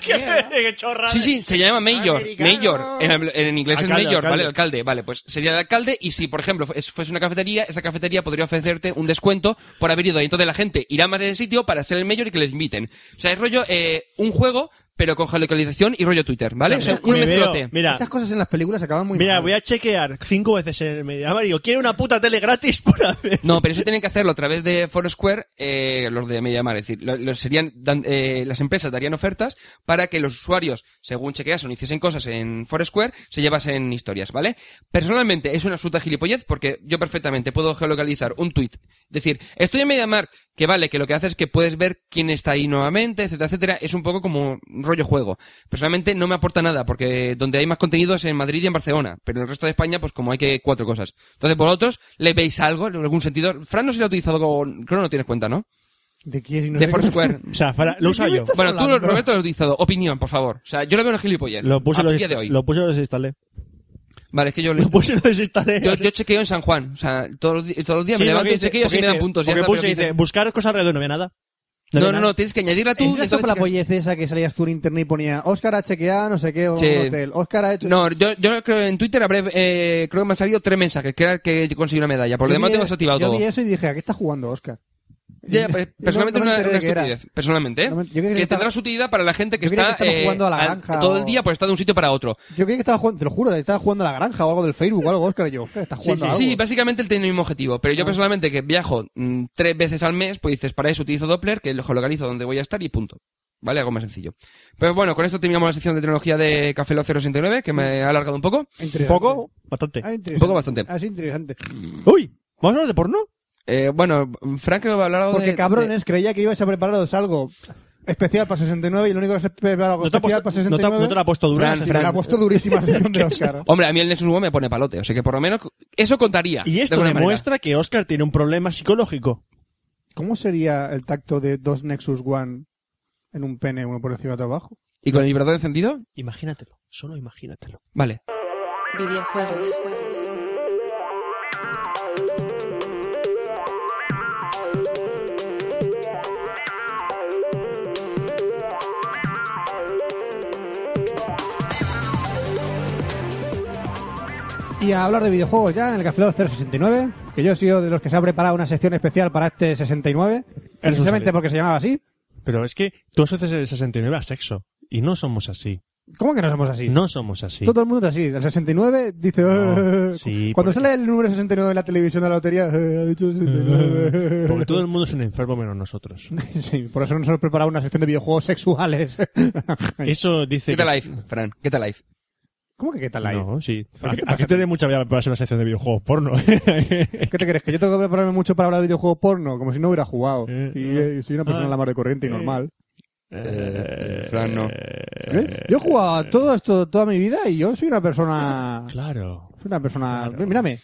B: ¡Qué chorrada!
F: Sí, sí, se llama mayor,
E: Americano.
F: mayor, en, en inglés
B: Alcalde,
F: es mayor,
B: alcalde.
F: vale, el alcalde, vale, pues sería el alcalde y si por ejemplo fues- fuese una cafetería, esa cafetería podría ofrecerte un descuento por haber ido ahí, entonces la gente irá más a ese sitio para ser el mayor y que les inviten. O sea, es rollo eh, un juego pero con geolocalización y rollo Twitter, ¿vale? O sea, un
B: Me veo-
F: mezclote.
B: Mira,
E: Esas cosas en las películas acaban muy
B: mira
E: mal.
B: voy a chequear cinco veces en el medio. Ah, digo, quiero una puta tele gratis [LAUGHS] por haber.
F: No, pero eso tienen que hacerlo a través de Foursquare, eh, los de Mediamar. Es decir, lo- lo serían, dan- eh, las empresas darían ofertas para que los usuarios, según chequeasen, hiciesen cosas en Foursquare, se llevasen historias, ¿vale? Personalmente, es una absoluta gilipollez porque yo perfectamente puedo geolocalizar un tweet. Decir, estoy en Mediamar, que vale, que lo que hace es que puedes ver quién está ahí nuevamente, etcétera, etcétera. Es un poco como un rollo juego. Personalmente no me aporta nada porque donde hay más contenido es en Madrid y en Barcelona. Pero en el resto de España, pues como hay que cuatro cosas. Entonces, vosotros, ¿le veis algo? ¿En algún sentido? Fran no se lo ha utilizado con... Creo que no tienes cuenta, ¿no?
E: ¿De quién? Si no
F: De
E: sé-
F: Foursquare.
B: O sea, fuera- lo he usado yo.
F: [LAUGHS] Bueno, tú,
E: hablando?
F: Roberto, lo has utilizado. Opinión, por favor. O sea, yo lo veo en gilipollez.
B: Lo puse,
F: a
B: y lo,
F: día
B: dest-
F: de hoy.
B: lo puse y lo desinstalé.
F: Vale, es que yo lo...
B: Lo puse y lo desinstalé.
F: Yo, yo chequeo en San Juan. O sea, todos los, di- todos los días
B: Sí,
F: me levanto
B: porque
F: y chequeo
B: dice-
F: si me dan
B: porque
F: puntos. ya
B: dice-
F: está,
B: porque
F: pero
B: puse,
F: dice-
B: dice, buscar cosas alrededor, no había nada.
F: No,
B: había
F: no,
B: nada.
F: no, tienes que añadirla tú.
E: ¿Es la
F: y entonces chequeas.
E: soplapollez esa que salías tú en internet y ponía Óscar ha chequeado no sé qué o
F: Sí.
E: un hotel? Óscar ha hecho...
F: No, yo, yo creo que en Twitter habré, eh, creo que me han salido tres mensajes, que era que conseguí una medalla. Por lo
E: Yo
F: demás
E: vi-
F: tengo desactivado
E: Yo
F: todo.
E: vi eso y dije, ¿a qué está jugando Óscar?
F: Ya, ya, pero
E: no-
F: personalmente
E: no me
F: es una,
E: enteré
F: una
E: de qué era.
F: estupidez. Personalmente, ¿eh?
E: No me- yo
F: que,
E: creía que estaba-
F: tendrá su utilidad para la gente que
E: Yo creía
F: está
E: que estaba
F: eh,
E: jugando a la
F: al-
E: granja
F: todo
E: o-
F: el día por estar de un sitio para otro.
E: Yo creí que estaba jugando, te lo juro, estaba jugando a la granja o algo del Facebook o algo, Óscar. y Yo, Óscar, está jugando a algo.
F: Sí, básicamente él tiene el mismo objetivo. Pero yo personalmente, que viajo mm, tres veces al mes, pues dices, para eso utilizo Doppler, que lo localizo donde voy a estar y punto. ¿Vale? Algo más sencillo. Pero bueno, con esto terminamos la sección de tecnología de Café Lo 069, que me ha alargado un poco.
E: Interesante.
B: Poco, bastante.
E: Ah, interesante.
F: Poco bastante.
E: Ah, sí, interesante.
B: Uy, ¿vamos a hablar de porno?
F: Eh, bueno, Frank creo que va a hablar algo
E: Porque
F: de-
E: cabrones, creía que ibas a prepararos algo especial para 69 y lo único que se prepara algo
B: No te, ha
E: especial
B: puesto-
E: para
B: no te ha-
E: 69
B: no te la ha puesto dura.
F: Fran,
B: esa
E: se me la ha
B: [LAUGHS]
E: puesto durísima la sección de Óscar.
F: Hombre, a mí el Nexus One me pone palote, o sea que por lo menos eso contaría.
B: Y
F: de
B: esto
F: alguna
B: demuestra que Oscar tiene un problema psicológico.
E: ¿Cómo sería el tacto de dos Nexus One en un pene, uno por encima de otro abajo?
F: manera. ¿Y con el vibrador encendido?
B: Imagínatelo, solo imagínatelo.
F: Vale.
D: Videojuegos.
E: Y a hablar de videojuegos ya en el Café Lock 069, que yo he sido de los que se ha preparado una sección especial para este 69, precisamente
B: solidario.
E: porque se llamaba así.
B: Pero es que tú asocias el 69 a sexo. Y no somos así.
E: ¿Cómo que no somos así?
B: No somos así.
E: Todo el mundo es así. El 69 dice...
B: No,
E: "Eh".
B: sí,
E: Cuando
B: porque-
E: sale el número 69 en la televisión de la lotería, "Eh, ha dicho
B: [LAUGHS]
E: 69.
B: Porque todo el mundo es un enfermo menos nosotros.
E: [LAUGHS] Sí, por eso nos hemos preparado una sección de videojuegos sexuales. [LAUGHS]
B: Eso dice...
F: ¿Qué tal
B: que-
F: life, Fran? ¿Qué tal life?
E: ¿Cómo que qué tal ahí?
B: No, sí.
E: ¿Pero qué te
B: Aquí
E: pasa?
B: tenés mucha vida para hacer una sección de videojuegos
E: [LAUGHS]
B: porno.
E: ¿Qué te crees? ¿Que yo tengo que prepararme mucho para hablar de videojuegos porno? Como si no hubiera jugado.
B: Eh,
E: y
B: eh,
E: eh, soy una persona
B: ah,
E: a la mar de corriente y
B: eh.
E: normal.
F: Eh, Fran, no.
E: ¿Eh? Yo he jugado a todo esto toda mi vida y yo soy una persona...
B: Claro.
E: Soy una persona...
B: Claro.
E: Mírame.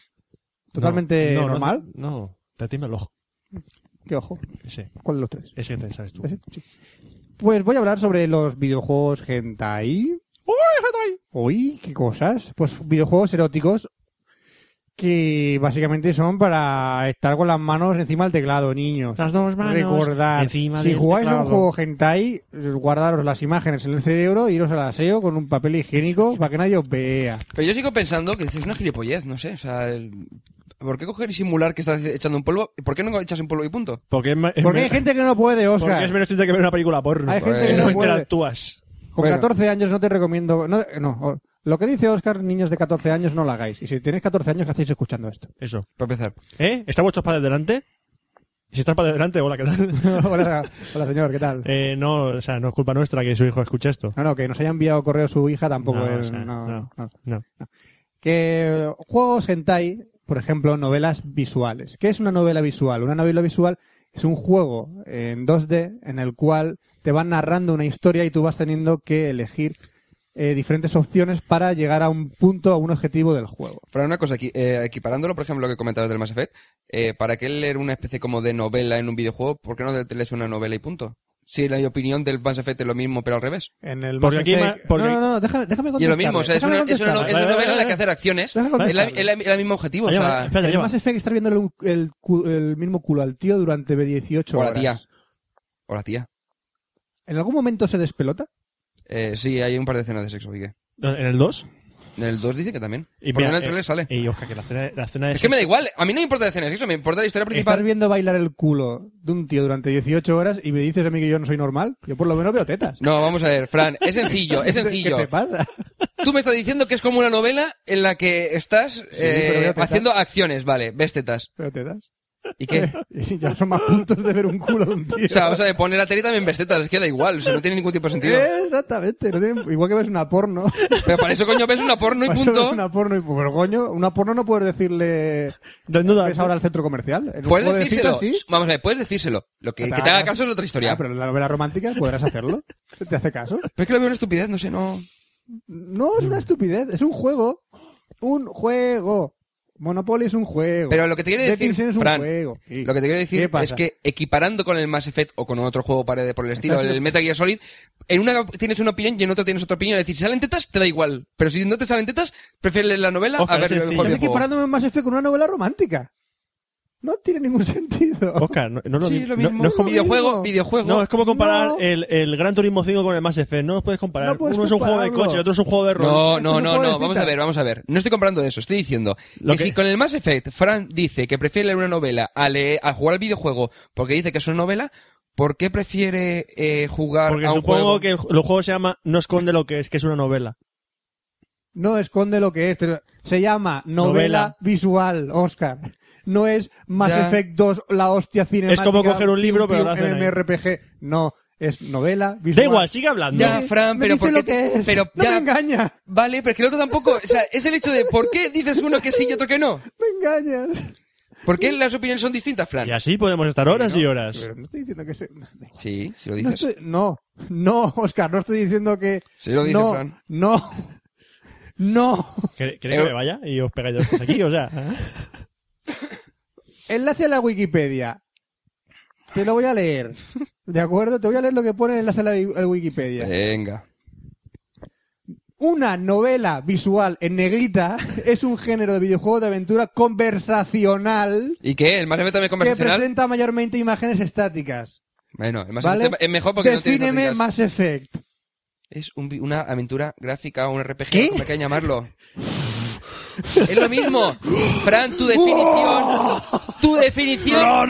E: Totalmente
B: No, no, no,
E: normal.
B: No, te atiende el ojo.
E: ¿Qué ojo?
B: Ese,
E: ¿Cuál de los tres?
B: ese que te sabes tú.
E: ¿Ese? Sí. Pues voy a hablar sobre los videojuegos hentai. Uy, qué cosas. Pues videojuegos eróticos que básicamente son para estar con las manos encima del teclado, niños.
B: Las dos manos
E: Recordar,
B: encima
E: si
B: del
E: jugáis a un
B: teclado.
E: juego hentai, guardaros las imágenes en el cerebro, iros al aseo con un papel higiénico para que nadie os vea.
F: Pero yo sigo pensando que es una gilipollez, no sé. O sea, el- ¿por qué coger y simular que estás echando un polvo? ¿Por qué no echas un polvo y punto?
B: Porque es, ma- es
E: Porque hay
B: men-
E: gente que no puede,
B: porque
E: Oscar.
B: es menos triste que ver una película porno.
E: Hay gente que
F: Bueno.
E: no
B: no
E: puede.
B: interactúas.
E: Con
F: Bueno.
E: 14 años no te recomiendo. No, no, o- lo que dice Oscar, niños de 14 años, no lo hagáis. Y si tenéis 14 años, ¿qué hacéis escuchando esto?
B: Eso.
F: Para empezar.
B: ¿Eh? ¿Están vuestros padres delante? Si están padres delante, hola, ¿qué
F: [LAUGHS]
B: tal?
E: [LAUGHS] hola, hola, señor, ¿qué tal?
B: eh, no, o sea, no es culpa nuestra que su hijo escuche esto.
E: No, no, que nos haya enviado correo su hija tampoco.
B: No,
E: eh,
B: o sea,
E: no,
B: no.
E: no.
B: No.
E: Que eh, juegos hentai, por ejemplo, novelas visuales. ¿Qué es una novela visual? Una novela visual es un juego en 2D en el cual te van narrando una historia y tú vas teniendo que elegir eh, diferentes opciones para llegar a un punto, a un objetivo del juego.
F: Fran, una cosa, aquí, eh, equiparándolo, por ejemplo, lo que comentabas del Mass Effect, eh, ¿para qué leer una especie como de novela en un videojuego? ¿Por qué no te lees una novela y punto? Si la opinión del Mass Effect es lo mismo, pero al revés.
E: En el
B: Porque
E: Mass
B: aquí
E: Effect-
B: ma- porque-
E: No, no, no, déjame, déjame
F: Y es
E: contestarle,
F: lo mismo, o sea, es
E: déjame
F: una, es una no-
E: contestarle.
F: es
B: Vale,
F: una
B: vale,
F: novela en la
B: vale.
F: que hacer acciones.
E: Déjame
F: Es la,
E: contestarle.
F: es la- es el mismo objetivo, o
B: Oye,
F: sea,
B: espérate,
E: El
B: lleva.
E: Mass Effect está viéndole un- el, cu- el mismo culo al tío durante 18
F: o la
E: horas.
F: tía. O la tía.
E: ¿En algún momento se despelota?
F: Eh, sí, hay un par de escenas de sexo, Quique.
B: ¿En el 2?
F: En el 2 dice que también. Y Por lo menos en el
E: eh,
F: trailer sale.
B: eh, Y Oscar, que la cena, la cena
F: es que me da
B: sexo-
F: igual, a mí no me importa la escena de sexo, me importa la historia
E: Estar
F: principal.
E: viendo bailar el culo de un tío durante 18 horas y me dices a mí que yo no soy normal. Yo por lo menos veo tetas.
F: No, vamos a ver, Fran, es sencillo,
E: [LAUGHS]
F: es
E: ¿Qué te-
F: sencillo.
E: ¿Qué te pasa?
F: Tú me estás diciendo que es como una novela en la que estás eh,
E: pero veo tetas.
F: haciendo acciones, vale, ves tetas.
E: Veo tetas.
F: ¿Y qué?
E: [LAUGHS] Y ya son más puntos de ver un culo de un tío.
F: Eh. O sea, vamos a ver, poner la tele y también ves tetas, es que da igual, o sea, no tiene ningún tipo de sentido.
E: Eh, Exactamente. no tiene- igual que ves una porno. [LAUGHS]
F: Pero para eso, coño, ves una porno y
E: Por eso ves
F: punto.
E: una porno y pero coño, una porno no puedes decirle
B: Dando la-
E: ves ahora al centro comercial. En un
F: Puedes
E: juego de
F: decírselo.
E: citas, sí.
F: Vamos a ver, puedes decírselo. Lo que, que te haga caso es otra historia.
E: Ah,
F: pero...
E: pero en la novela romántica podrás hacerlo. ¿Te hace caso?
F: es que lo veo una estupidez, no sé, no.
E: No, es una estupidez. Es un juego. Un juego. Monopoly es un juego.
F: Pero lo que te quiero
E: Dating
F: decir,
E: Sim es un
F: Fran,
E: juego. Sí.
F: Lo que te quiero
E: ¿Qué
F: decir
E: pasa?
F: es que equiparando con el Mass Effect o con otro juego parede por el estilo,
E: Estás-
F: el Metal Gear Solid, en una tienes una opinión y en otra tienes otra opinión. Es decir, si salen tetas, te da igual. Pero si no te salen tetas, prefieres leer la novela
B: Ojo,
F: a
B: es
F: ver el
B: sencillo.
F: propio
E: Estás
F: juego.
E: equiparándome en Mass Effect con una novela romántica. No tiene ningún [LAUGHS] sentido.
B: Oscar, no, no, es lo
F: Sí,
B: mi-
F: lo
B: no-
F: mismo.
B: no es como,
F: videojuego,
E: mismo.
F: videojuego.
B: no, es como comparar
E: No.
B: el, el Gran Turismo 5 con el Mass Effect. No los puedes comparar.
E: No puedes
B: Uno es un juego de
E: compararlo.
B: coche, el otro es un juego de rol.
F: No,
E: Esto
F: no,
E: Este es un
F: no,
E: juego de
F: no, vamos a
E: citas.
F: ver, vamos a ver. No estoy comprando eso, estoy diciendo
B: Lo
F: que,
B: que-
F: si con el Mass Effect Fran dice que prefiere leer una novela a, leer- a jugar al videojuego porque dice que es una novela, ¿por qué prefiere eh, jugar
B: Porque
F: a un
B: supongo
F: juego?
B: que el, el juego se llama No esconde lo que es, que es una novela.
E: No esconde lo que es. Se llama novela,
B: Novela.
E: visual, Oscar. No es Mass
F: Ya.
E: Effect 2, la hostia cinemática.
B: como coger un
E: piu,
B: libro, pero
E: piu,
B: lo hacen ahí.
E: MMORPG. No, es novela visual.
B: Da igual, sigue hablando.
F: Ya,
E: Me-
F: Fran,
E: me
F: pero
E: dice
F: ¿por qué
E: lo que
F: te-
E: es.
F: pero
E: no
F: ya-
E: me engaña.
F: Vale, pero es que el otro tampoco. O sea, es el hecho de ¿por qué dices uno que sí y otro que no?
E: Me engañas.
F: ¿Por qué las opiniones son distintas, Fran?
B: Y así podemos estar horas y horas.
E: Pero no estoy diciendo que se...
F: Sí, si lo
E: No,
F: dices.
E: estoy- no, no, Oscar, no estoy diciendo que.
F: Sí lo dice,
E: no,
F: Fran.
E: No, no.
B: ¿Quere- ¿Queréis que
F: Eh,
B: me vaya? Y os pegáis los dos aquí, o sea. ¿eh?
E: Enlace a la Wikipedia. Te lo voy a leer. ¿De acuerdo? Te voy a leer lo que pone el enlace a la, wi- a la Wikipedia.
F: Venga.
E: Una novela visual en negrita [LAUGHS] es un género de videojuego de aventura conversacional
F: ¿Y qué? ¿El Mass Effect también es
E: que
F: conversacional?
E: presenta mayormente imágenes estáticas.
F: Bueno, el Mass
E: ¿Vale?
F: Effect este es mejor porque no
E: Defíneme
F: tiene
E: Mass Effect.
F: Es un vi- una aventura gráfica o un RPG,
E: ¿Qué?
F: como quieran llamarlo. es lo mismo. Fran, tu definición.
E: ¡Oh!
F: tu definición.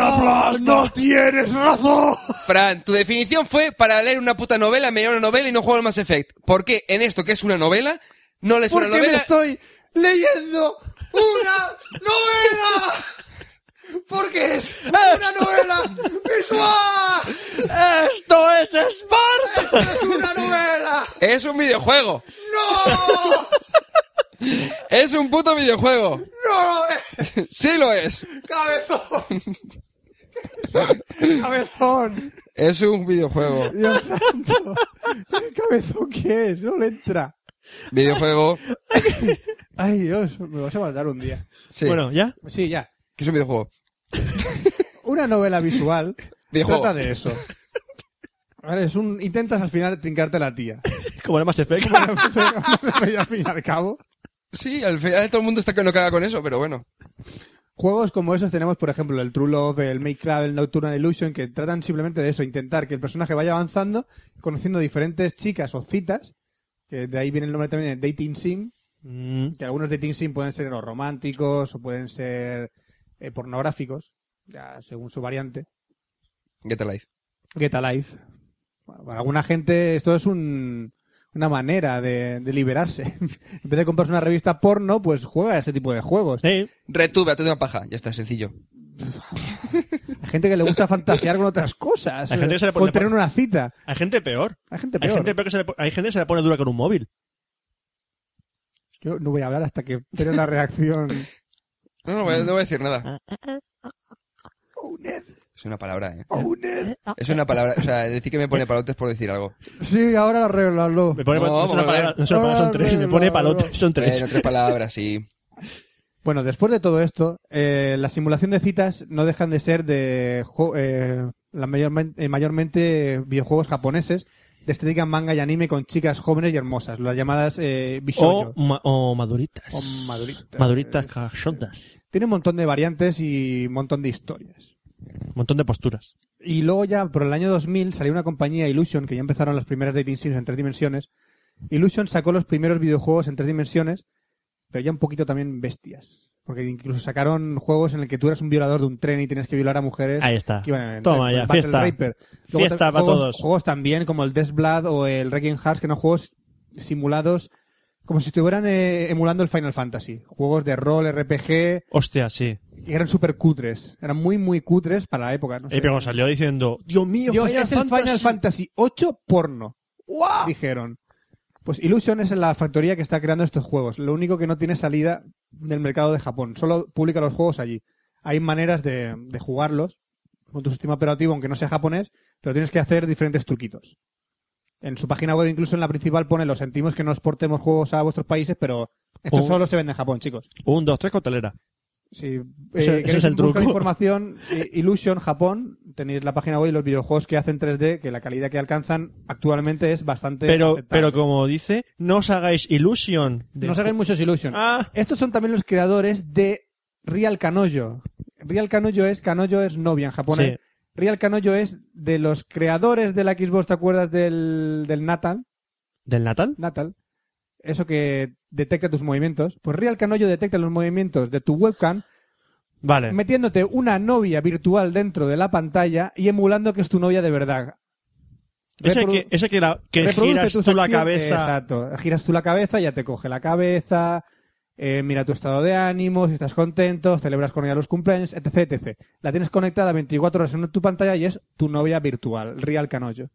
E: no tienes razón!
F: Fran, tu definición fue para leer una puta novela, me dio una novela y no juego al Mass Effect. ¿Por qué en esto que es una novela? No lees una
E: Porque me
F: novela.
E: estoy leyendo una [LAUGHS] novela. Porque es una novela visual.
G: ¡Esto es Esparta!
E: Es una novela.
F: Es un videojuego.
E: No,
F: Es un puto videojuego.
E: no es.
F: sí lo es.
E: Cabezón. Cabezón.
F: Es un videojuego.
E: Dios santo. ¿El cabezón qué es? No le entra.
F: Videojuego.
E: Ay, Dios, me vas a matar un día.
F: Sí.
B: Bueno, ¿ya?
E: Sí, ya.
F: ¿Qué es un videojuego?
E: Una
F: [LAUGHS]
E: novela visual
F: Videojuego.
E: trata de eso. Vale, es un, intentas al final trincarte la tía. [LAUGHS]
B: [LAUGHS] Como era Mass Effect.
E: Bueno, pues, eh, vamos a ir al fin y al cabo.
F: Sí, al final todo el mundo está que no caga con eso, pero bueno.
E: Juegos como esos tenemos, por ejemplo, el True Love, el Make Club, el Nocturnal Illusion, que tratan simplemente de eso, intentar que el personaje vaya avanzando, conociendo diferentes chicas o citas, que de ahí viene el nombre también de Dating Sim,
B: Mm,
E: que algunos dating sim pueden ser o románticos o pueden ser eh, pornográficos, ya según su variante.
F: Get a life.
E: Get a life. Bueno, para alguna gente esto es un, una manera de, de liberarse. [LAUGHS] en vez de comprarse una revista porno, pues juega a este tipo de juegos.
B: sí.
F: Retube, hazte una paja. Ya está, sencillo.
E: Hay gente que le gusta fantasear con otras cosas.
B: Hay gente que se le pone-
E: con tener una cita.
B: Hay gente peor.
E: Hay gente
B: Hay
E: peor.
B: gente, peor que se le, po- hay gente que se le pone dura con un móvil.
E: Yo no voy a hablar hasta que tenga una reacción.
F: No, no, voy a- no voy a decir nada. Es una palabra, ¿eh? Es una palabra. O sea, decir que me pone palotes por decir algo.
E: Sí, ahora lo arreglo, hazlo.
B: Me pone
F: No,
B: pa- no es una
F: vamos a ver.
B: palabra- no es una palabra, son
E: Ah,
B: tres. Me pone palote, son tres.
F: Bueno, tres palabras, sí.
E: Bueno, después de todo esto, eh, la simulación de citas no dejan de ser de jo- eh, la mayormen- eh, mayormente videojuegos japoneses de estética manga y anime con chicas jóvenes y hermosas, las llamadas eh,
B: O,
E: bishoujo.
B: ma- o maduritas.
E: O maduritas.
B: Maduritas cachondas.
E: Tiene un montón de variantes y un montón de historias.
B: Un montón de posturas.
E: Y luego ya, por el año 2000, salió una compañía, Illusion, que ya empezaron las primeras dating sims en tres dimensiones. Illusion sacó los primeros videojuegos en tres dimensiones, pero ya un poquito también bestias. Porque incluso sacaron juegos en el que tú eras un violador de un tren y tenías que violar a mujeres.
B: Ahí está.
E: que iban en-
B: Toma
E: en
B: ya,
E: Battle
B: fiesta.
E: Raper.
B: Fiesta
E: tam-
B: para
E: juegos,
B: todos.
E: Juegos también como el Death Blood o el Wrecking Hearts, que eran juegos simulados como si estuvieran eh, emulando el Final Fantasy. Juegos de rol, RPG,
B: Hostia, sí.
E: que eran súper cutres. Eran muy, muy cutres para la época. No sé.
B: Y pero salió diciendo, Dios mío,
E: Dios,
B: Final
E: es el
B: Fantasy".
E: Final Fantasy 8 porno. Dijeron. Pues Illusion es la factoría que está creando estos juegos. Lo único que no tiene salida del mercado de Japón. Solo publica los juegos allí. Hay maneras de, de jugarlos con tu sistema operativo, aunque no sea japonés, pero tienes que hacer diferentes truquitos. En su página web, incluso en la principal, pone los sentimos que no exportemos juegos a vuestros países, pero esto
B: Oh.
E: solo se vende en Japón, chicos.
B: Un, dos, tres, cotelera.
E: Si eh,
B: Ese- ese
E: queréis
B: es el
E: buscar
B: truco.
E: información, eh, Illusion Japón, tenéis la página web y los videojuegos que hacen 3D, que la calidad que alcanzan actualmente es bastante
B: Pero,
E: aceptable.
B: pero como dice, no os hagáis ilusión. de-
E: No os hagáis muchos Illusion.
B: Ah,
E: Estos son también los creadores de Real Canoyo. Real Canoyo es, Canoyo es novia en Japón.
B: Sí.
E: Real Canoyo es de los creadores de la Xbox, ¿te acuerdas del, del Natal?
B: ¿Del Natal?
E: Natal. Eso que detecta tus movimientos. Pues Real Canoyo detecta los movimientos de tu webcam
B: Vale.
E: metiéndote una novia virtual dentro de la pantalla y emulando que es tu novia de verdad.
B: Ese
E: Reprodu-
B: que, ese que, la, que
E: reproduce
B: giras
E: tus
B: tú la
E: acciones-
B: cabeza.
E: Exacto. Giras tú la cabeza, ya te coge la cabeza, eh, mira tu estado de ánimo, si estás contento, celebras con ella los cumpleaños, etc, etc. La tienes conectada 24 horas en tu pantalla y es tu novia virtual, Real Canoyo.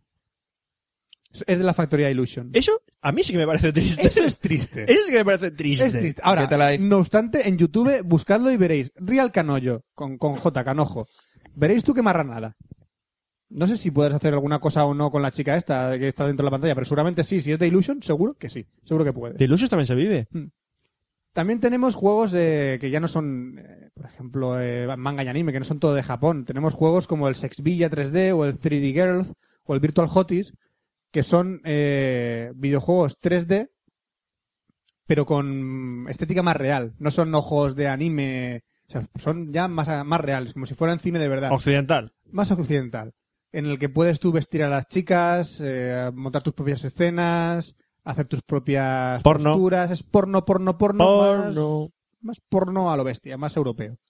E: Es de la factoría Illusion.
B: Eso a mí sí que me parece triste.
E: Eso es triste.
B: Eso sí que me parece triste.
E: Es triste. Ahora,
F: Get a life.
E: no obstante, en YouTube buscadlo y veréis. Real Canoyo, con, con J, Canojo. Veréis tú que marranada. No sé si puedes hacer alguna cosa o no con la chica esta que está dentro de la pantalla, pero seguramente sí. Si es de Illusion, seguro que sí. Seguro que puede.
B: De ilusión también se vive.
E: También tenemos juegos eh, que ya no son, eh, por ejemplo, eh, manga y anime, que no son todo de Japón. Tenemos juegos como el Sex Villa 3D o el 3D Girls o el Virtual Hotties, que son eh, videojuegos 3D pero con estética más real. No son ojos de anime. O sea, son ya más, más reales, como si fueran cine de verdad.
B: Occidental.
E: más occidental. En el que puedes tú vestir a las chicas, eh, montar tus propias escenas, hacer tus propias
B: Porno.
E: posturas. Es porno, porno, porno.
B: Porno.
E: Más, más porno a lo bestia, más europeo.
B: [LAUGHS]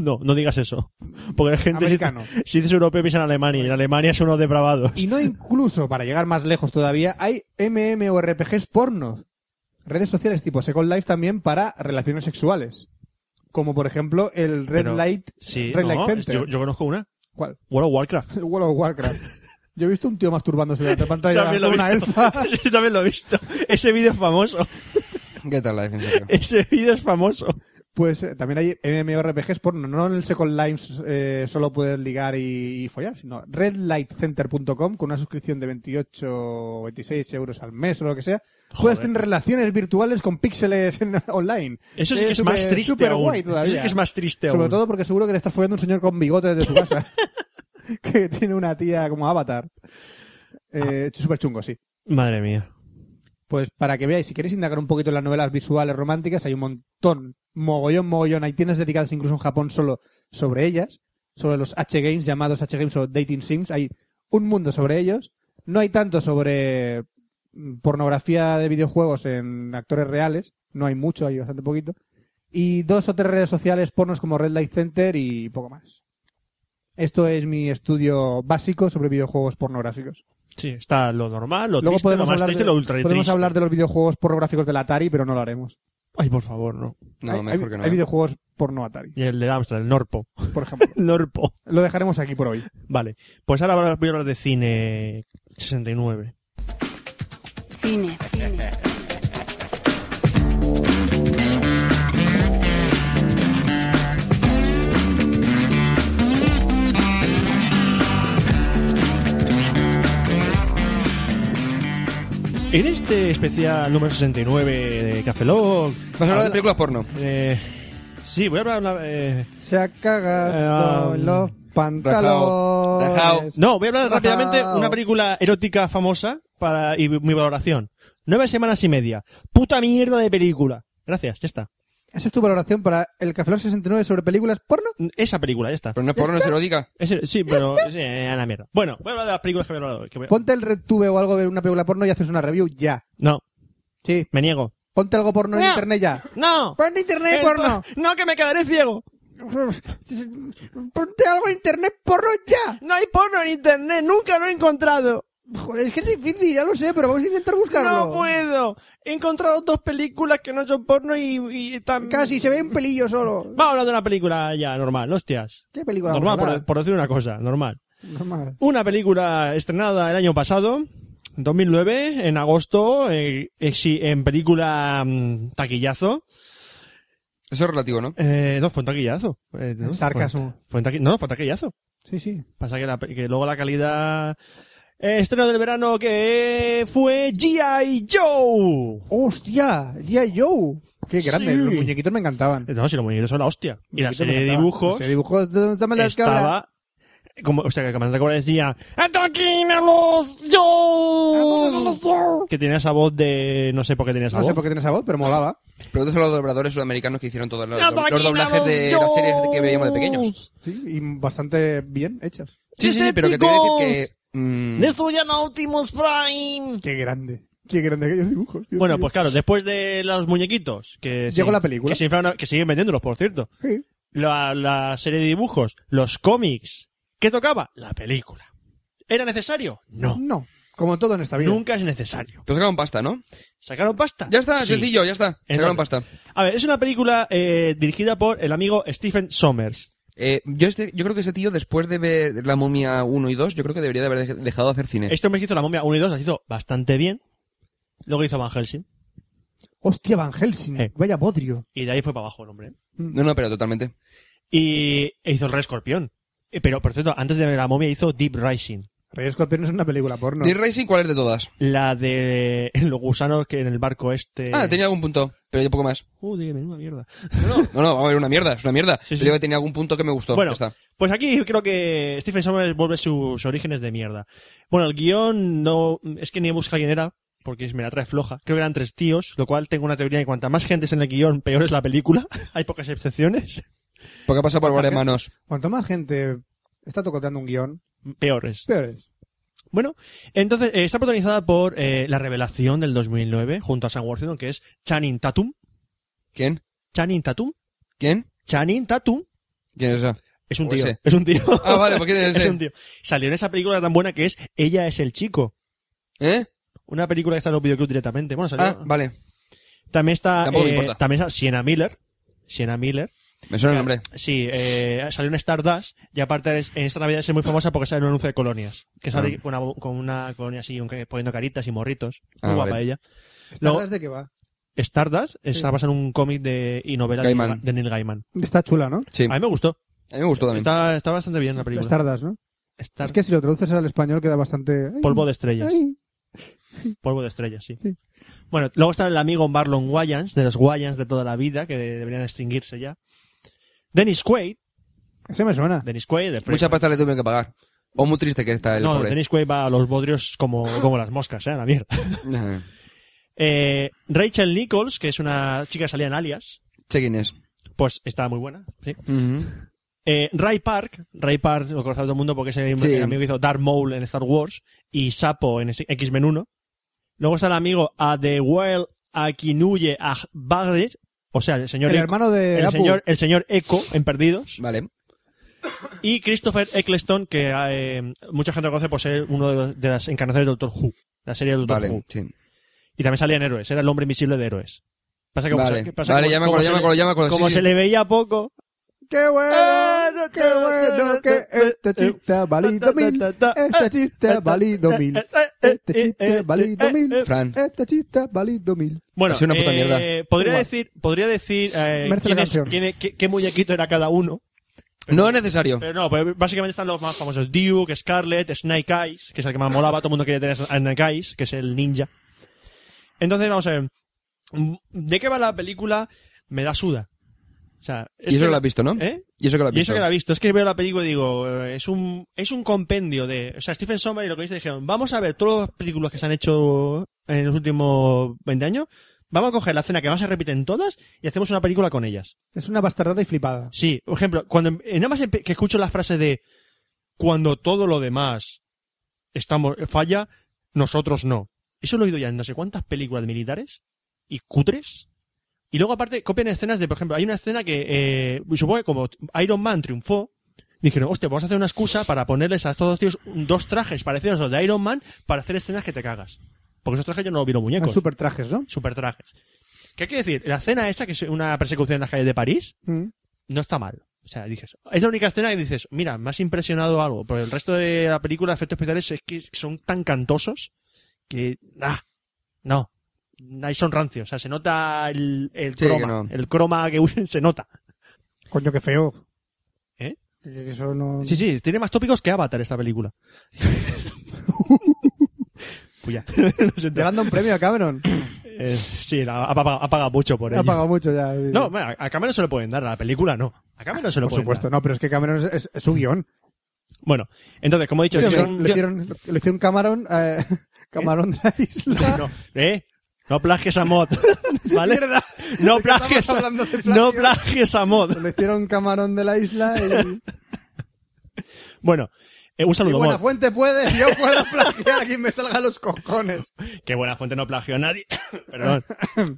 B: No, no digas eso. Porque la gente, si,
E: Americano.
B: si dices europeo, piensa en Alemania. Y en Alemania son unos depravados.
E: Y no incluso, para llegar más lejos todavía, hay MMORPGs pornos. Redes sociales tipo Second Life también para relaciones sexuales. Como por ejemplo el Red
B: Pero-
E: Light,
B: Sí,
E: Red
B: no,
E: Light
B: es-
E: Center.
B: yo, yo conozco una.
E: ¿Cuál? [LAUGHS]
B: World of Warcraft. [LAUGHS]
E: El World of Warcraft. Yo he visto un tío masturbándose de la pantalla
B: [LAUGHS] También
E: con
B: lo he
E: una
B: visto.
E: elfa.
B: Sí, también lo he visto. Ese vídeo es famoso.
F: ¿Qué tal la defensa?
B: Ese vídeo es famoso.
E: Pues eh, también hay MMORPGs porno. No en el Second Life eh, solo puedes ligar y, y follar, sino redlightcenter.com con una suscripción de 28 o 26 euros al mes o lo que sea. Puedes tener relaciones virtuales con píxeles en- [LAUGHS] online.
B: Eso sí que es
E: súper-
B: más triste
E: súper
B: aún.
E: guay
B: Eso
E: todavía.
B: sí que es más triste
E: Sobre
B: aún.
E: todo porque seguro que te estás follando un señor con bigotes de su casa. [LAUGHS] que tiene una tía como avatar. Eh,
B: Ah.
E: Súper chungo, sí.
B: Madre mía.
E: Pues para que veáis, si queréis indagar un poquito en las novelas visuales románticas, hay un montón, mogollón, mogollón. Hay tiendas dedicadas incluso en Japón solo sobre ellas, sobre los H-Games, llamados H-Games o Dating Sims. Hay un mundo sobre ellos. No hay tanto sobre mm, pornografía de videojuegos en actores reales. No hay mucho, hay bastante poquito. Y dos o tres redes sociales pornos como Red Light Center y poco más. Esto es mi estudio básico sobre videojuegos pornográficos.
B: Sí, está lo normal, lo
E: Luego
B: triste,
E: podemos,
B: lo más
E: hablar
B: triste,
E: de,
B: lo ultra
E: podemos
B: triste.
E: hablar de los videojuegos pornográficos del Atari, pero no lo haremos.
B: Ay, por favor, no.
F: No,
E: hay,
F: mejor
E: hay-
F: que no.
E: hay videojuegos porno Atari,
B: Y el de Amsterdam, el Norpo. [LAUGHS]
E: por [LAUGHS] ejemplo.
B: El Norpo.
E: lo dejaremos aquí por hoy.
B: Vale. Pues ahora voy a hablar de cine 69.
D: Cine. Cine.
B: En este especial número 69 de Café Lock...
F: Vamos a hablar Pues de películas porno.
B: Eh, sí, voy a hablar... una- eh,
E: Se ha cagado
B: Eh,
E: en los pantalones.
F: Rajao.
B: No, voy a hablar
E: um, Rajao.
B: rápidamente una película erótica famosa para y mi valoración. Nueve semanas y media. Puta mierda de película. Gracias, ya está.
E: ¿Esa es tu valoración para el Café Lock 69 sobre películas porno?
B: Esa película, ya está.
F: Pero no es porno, se lo diga.
B: Ese- sí,
F: [LAUGHS]
B: pero sí, eh, a la mierda. Bueno, voy a hablar de las películas que voy a hablar hoy, que voy a-
E: Ponte el RedTube o algo de una película porno y haces una review ya.
B: No,
E: Sí.
B: me niego.
E: Ponte algo porno en
B: No.
E: internet ya.
B: ¡No!
E: Ponte internet
B: El
E: porno.
B: por- [LAUGHS] No, que me quedaré ciego.
E: [LAUGHS] Ponte algo en internet porno ya.
B: No hay porno en internet, nunca lo he encontrado.
E: Joder, es que es difícil, ya lo sé, pero vamos a intentar buscarlo.
B: No puedo. He encontrado dos películas que no son porno y, y tam-
E: Casi se ve un pelillo solo.
B: Vamos a hablar de una película ya normal, hostias.
E: ¿Qué película? vamos a
B: Normal, por,
E: hablar?
B: por decir una cosa, normal.
E: Normal.
B: Una película estrenada el año pasado, 2009, en agosto, eh, eh, sí, en película mm, taquillazo.
F: Eso es relativo, ¿no?
B: Eh, no, fue un taquillazo. Eh, no,
E: Sarcasmo.
B: Fue, fue un taqui- no, fue un taquillazo.
E: Sí, sí.
B: Pasa que, la pe- que luego la calidad... Eh, estreno del verano que fue G.I. Joe.
E: ¡Hostia! ¡Ya Joe! ¡Qué
B: Sí.
E: grande! Los muñequitos me encantaban.
B: No, si los muñequitos son la hostia. Y la
E: Muñequitos
B: serie
E: me
B: de
E: encantaban.
B: dibujos
E: La serie de dibujos. ¿dónde están las cabras?
B: estaba... Como, o sea, que el comandante Cobra decía ¡Hasta aquí los Joes! Que tenía esa voz de... No sé por qué tenía esa
E: No
B: voz.
E: sé por qué tiene esa voz, pero molaba.
F: Pero son los dobladores sudamericanos que hicieron todos los,
B: Nada,
F: los
B: aquí
F: doblajes
B: nada,
F: de
B: yo.
F: las series que veíamos de pequeños.
E: Sí, y bastante bien hechas.
F: Sí, sí, sí, pero que te voy a decir que... mm,
B: Destruyan a Optimus Prime.
E: ¡Qué grande! ¡Qué grande aquellos dibujos! Dios
B: Bueno,
E: mío.
B: pues claro, después de los muñequitos que
E: Llegó la película.
B: que, se inflaron- que siguen vendiéndolos, por cierto.
E: Sí.
B: La, la serie de dibujos, los cómics, ¿qué tocaba? La película. ¿Era necesario? No.
E: No. Como todo en esta vida.
B: Nunca es necesario.
F: Pero sacaron pasta, ¿no?
B: ¿Sacaron pasta?
F: Ya está,
B: Sí.
F: sencillo, ya está. Sacaron
B: Entonces-
F: pasta.
B: A ver, es una película eh, dirigida por el amigo Stephen Sommers.
F: Eh, yo, este- yo creo que ese tío, después de ver La Momia 1 y 2, yo creo que debería de haber dej- dejado de hacer cine.
B: Este hombre que hizo La Momia 1 y 2 las hizo bastante bien. Luego hizo Van Helsing.
E: ¡Hostia, Van Helsing!
B: Eh.
E: ¡Vaya bodrio!
B: Y de ahí fue para abajo el hombre.
F: No, no, pero totalmente.
B: Y e hizo El Rey Escorpión. Eh, Pero, por cierto, antes de La Momia hizo Deep Rising.
E: Rey Escorpión es una película porno.
F: ¿Dead Racing cuál es de todas?
B: La de [LAUGHS] los gusanos que en el barco este.
F: Ah, tenía algún punto, pero yo poco más.
B: Joder, menuda mierda.
F: No, no, no, vamos a ver, una mierda, es una mierda.
B: Sí,
F: Yo
B: sí.
F: digo que tenía algún punto que me gustó.
B: bueno,
F: ya está.
B: pues aquí creo que Stephen Sommers vuelve sus orígenes de mierda. Bueno, el guión no. Es que ni busca quién era. porque me la trae floja. Creo que eran tres tíos, lo cual tengo una teoría de que cuanta más gente es en el guión, peor es la película. [LAUGHS] Hay pocas excepciones.
F: Porque pasa por varias manos.
E: Cuanto más gente está tocoteando un guión,
B: Peores.
E: peores.
B: Bueno, entonces eh, está protagonizada por eh, La Revelación del 2009, junto a Sam Worthington, que es Channing Tatum.
F: ¿Quién?
B: Channing Tatum.
F: ¿Quién?
B: Channing Tatum.
F: ¿Quién es esa?
B: Es un
F: O
B: tío.
F: ese.
B: Es un tío.
F: Pues [LAUGHS] Ah, vale, ¿por qué tiene
B: [LAUGHS]
F: que
B: es
F: ser?
B: un tío. Salió en esa película tan buena que es Ella es el chico.
F: ¿Eh?
B: Una película que está en los videoclubs directamente. Bueno, salió.
F: Ah, vale.
B: También está.
F: Tampoco me
B: eh,
F: importa.
B: también está Sienna Miller. Sienna Miller.
F: Me suena el nombre.
B: Sí, eh, salió en Stardust y aparte es- en esta Navidad es muy famosa porque sale en un anuncio de colonias. Que sale
F: Ah.
B: con, una, con una colonia así, un- poniendo caritas y morritos. Muy
F: Ah,
B: guapa
F: vale.
B: ella. Luego,
E: ¿Estás de qué va?
B: Stardust está basada en un cómic de, y novela de,
F: Gaiman.
B: de Neil Gaiman.
E: Está chula, ¿no?
F: Sí.
B: A mí me gustó.
F: A mí me gustó también.
B: Está, está bastante bien la película.
E: Tardas, ¿no?
B: Star-
E: Es que si lo traduces al español queda bastante... ay,
B: Polvo de estrellas.
E: ay.
B: Polvo de estrellas, sí.
E: Sí.
B: Bueno, luego está el amigo Marlon Wayans, de los Wayans de toda la vida, que deberían extinguirse ya. Dennis Quaid,
E: Ese me suena.
B: Dennis Quaid, de Fresno.
F: Mucha pasta le tuvieron que pagar. O muy triste que está el
B: No,
F: pobre. [LAUGHS]
B: Dennis Quaid va a los bodrios como, como las moscas, ¿eh? A la mierda.
F: Nah.
B: Eh, Rachel Nichols, que es una chica que salía en alias,
F: Sé quién es.
B: pues estaba muy buena, sí.
F: Ujú.
B: Eh, Ray Park, Ray Park lo conoce todo el mundo porque es el
F: Sí.
B: amigo que hizo Darth Maul en Star Wars y Sapo en ese- X-Men 1. Luego está el amigo Adewell Akinuye Agbade, o sea, el señor
E: El
B: Eco-
E: hermano de
B: el
E: Apu.
B: señor, el señor Eco en Perdidos
F: Vale.
B: y Christopher Eccleston, que eh, mucha gente lo conoce por ser uno de, los- de las encarnaciones de Doctor Who, la serie de Doctor
F: Vale.
B: Who.
F: Sí.
B: Y también salía en Héroes, era el hombre invisible de Héroes. Pasa que,
F: Vale.
B: como se- pasa
F: Vale,
B: como-
F: ya me
B: como
F: acuerdo,
B: se
F: ya me
B: le-
F: acuerdo, ya me acuerdo.
B: Como
F: Sí,
B: se
F: sí.
B: le veía poco.
E: ¡Qué bueno! ¡Qué bueno! Que este chiste ha valido mil. Este chiste ha valido mil. Este chiste ha valido mil.
F: Fran.
E: Este chiste ha valido mil.
B: Bueno,
F: Es una puta
B: eh,
F: mierda.
B: podría
E: Igual.
B: decir, podría decir eh,
E: Merece
B: quién
E: la
B: es-
E: canción.
B: quién es- qué, qué muñequito era cada uno.
F: No es necesario.
B: Pero no, pues básicamente están los más famosos. Duke, Scarlett, Snake Eyes, que es el que más molaba. Todo el mundo quería tener a Snake Eyes, que es el ninja. Entonces, vamos a ver. ¿De qué va la película? Me da suda. O sea,
F: Y eso
B: que-
F: que lo has visto, ¿no?
B: ¿Eh?
F: Y eso que lo has
B: Y eso
F: visto.
B: que la he visto, es que veo la película y digo, eh, es un, es un compendio de, o sea, Stephen Sommers y lo que dice dijeron, vamos a ver todas las películas que se han hecho en los últimos 20 años, vamos a coger la escena que más se repiten todas y hacemos una película con ellas.
E: Es una bastardada y flipada.
B: Sí, por ejemplo, cuando, eh, nada más empe- que escucho la frase de, cuando todo lo demás estamos, falla, nosotros no. Eso lo he oído ya en no sé cuántas películas militares y cutres. Y luego aparte copian escenas de, por ejemplo, hay una escena que, eh, supongo que como Iron Man triunfó, dijeron, hostia, vamos a hacer una excusa para ponerles a estos dos tíos dos trajes parecidos a los de Iron Man para hacer escenas que te cagas. Porque esos trajes yo no los vi los
E: Son
B: muñecos. Super...
E: super trajes, ¿no?
B: trajes. ¿Qué quiere decir? La escena esa, que es una persecución en las calles de París,
E: Mm.
B: no está mal. O sea, dices, es la única escena que dices, mira, me has impresionado algo, pero el resto de la película, efectos especiales, es que son tan cantosos que, ah, no, ahí son rancios. O sea, se nota el, el
F: Sí, que
B: croma,
F: no.
B: el croma que usen se nota.
E: Coño, qué feo.
B: ¿Eh?
E: Que Eso no...
B: Sí, sí, tiene más tópicos que Avatar esta película. Cuya. Lo
E: Te
B: siento.
E: dan un premio a Cameron.
B: Eh, sí, la- ha pagado, ha pagado mucho por
E: Ha
B: ello.
E: pagado mucho ya. eh.
B: No, bueno, a Cameron se lo pueden dar, a la película no. A Cameron se lo
E: Ah, por
B: pueden
E: supuesto.
B: dar.
E: No, pero es que Cameron es, es- es su guión.
B: Bueno, entonces, como he dicho,
E: Le
B: son-
E: hicieron, le hicieron, le hicieron Cameron, eh, [LAUGHS] Camarón de la isla.
B: No, ¿eh? No plagies a
E: [LAUGHS]
B: Mod. ¿Vale? No
E: ¿De qué estamos
B: plagies, a,
E: hablando de plagio?
B: no plagies a Mod.
E: Le hicieron Camarón de la
F: [LAUGHS]
E: isla y...
B: Bueno, eh, un
E: Y
B: saludo,
E: buena
B: Mod.
E: fuente puede, yo puedo plagiar a quien me salga los cojones.
B: Que buena fuente no plagió a nadie. [COUGHS]
E: [COUGHS]
B: Perdón.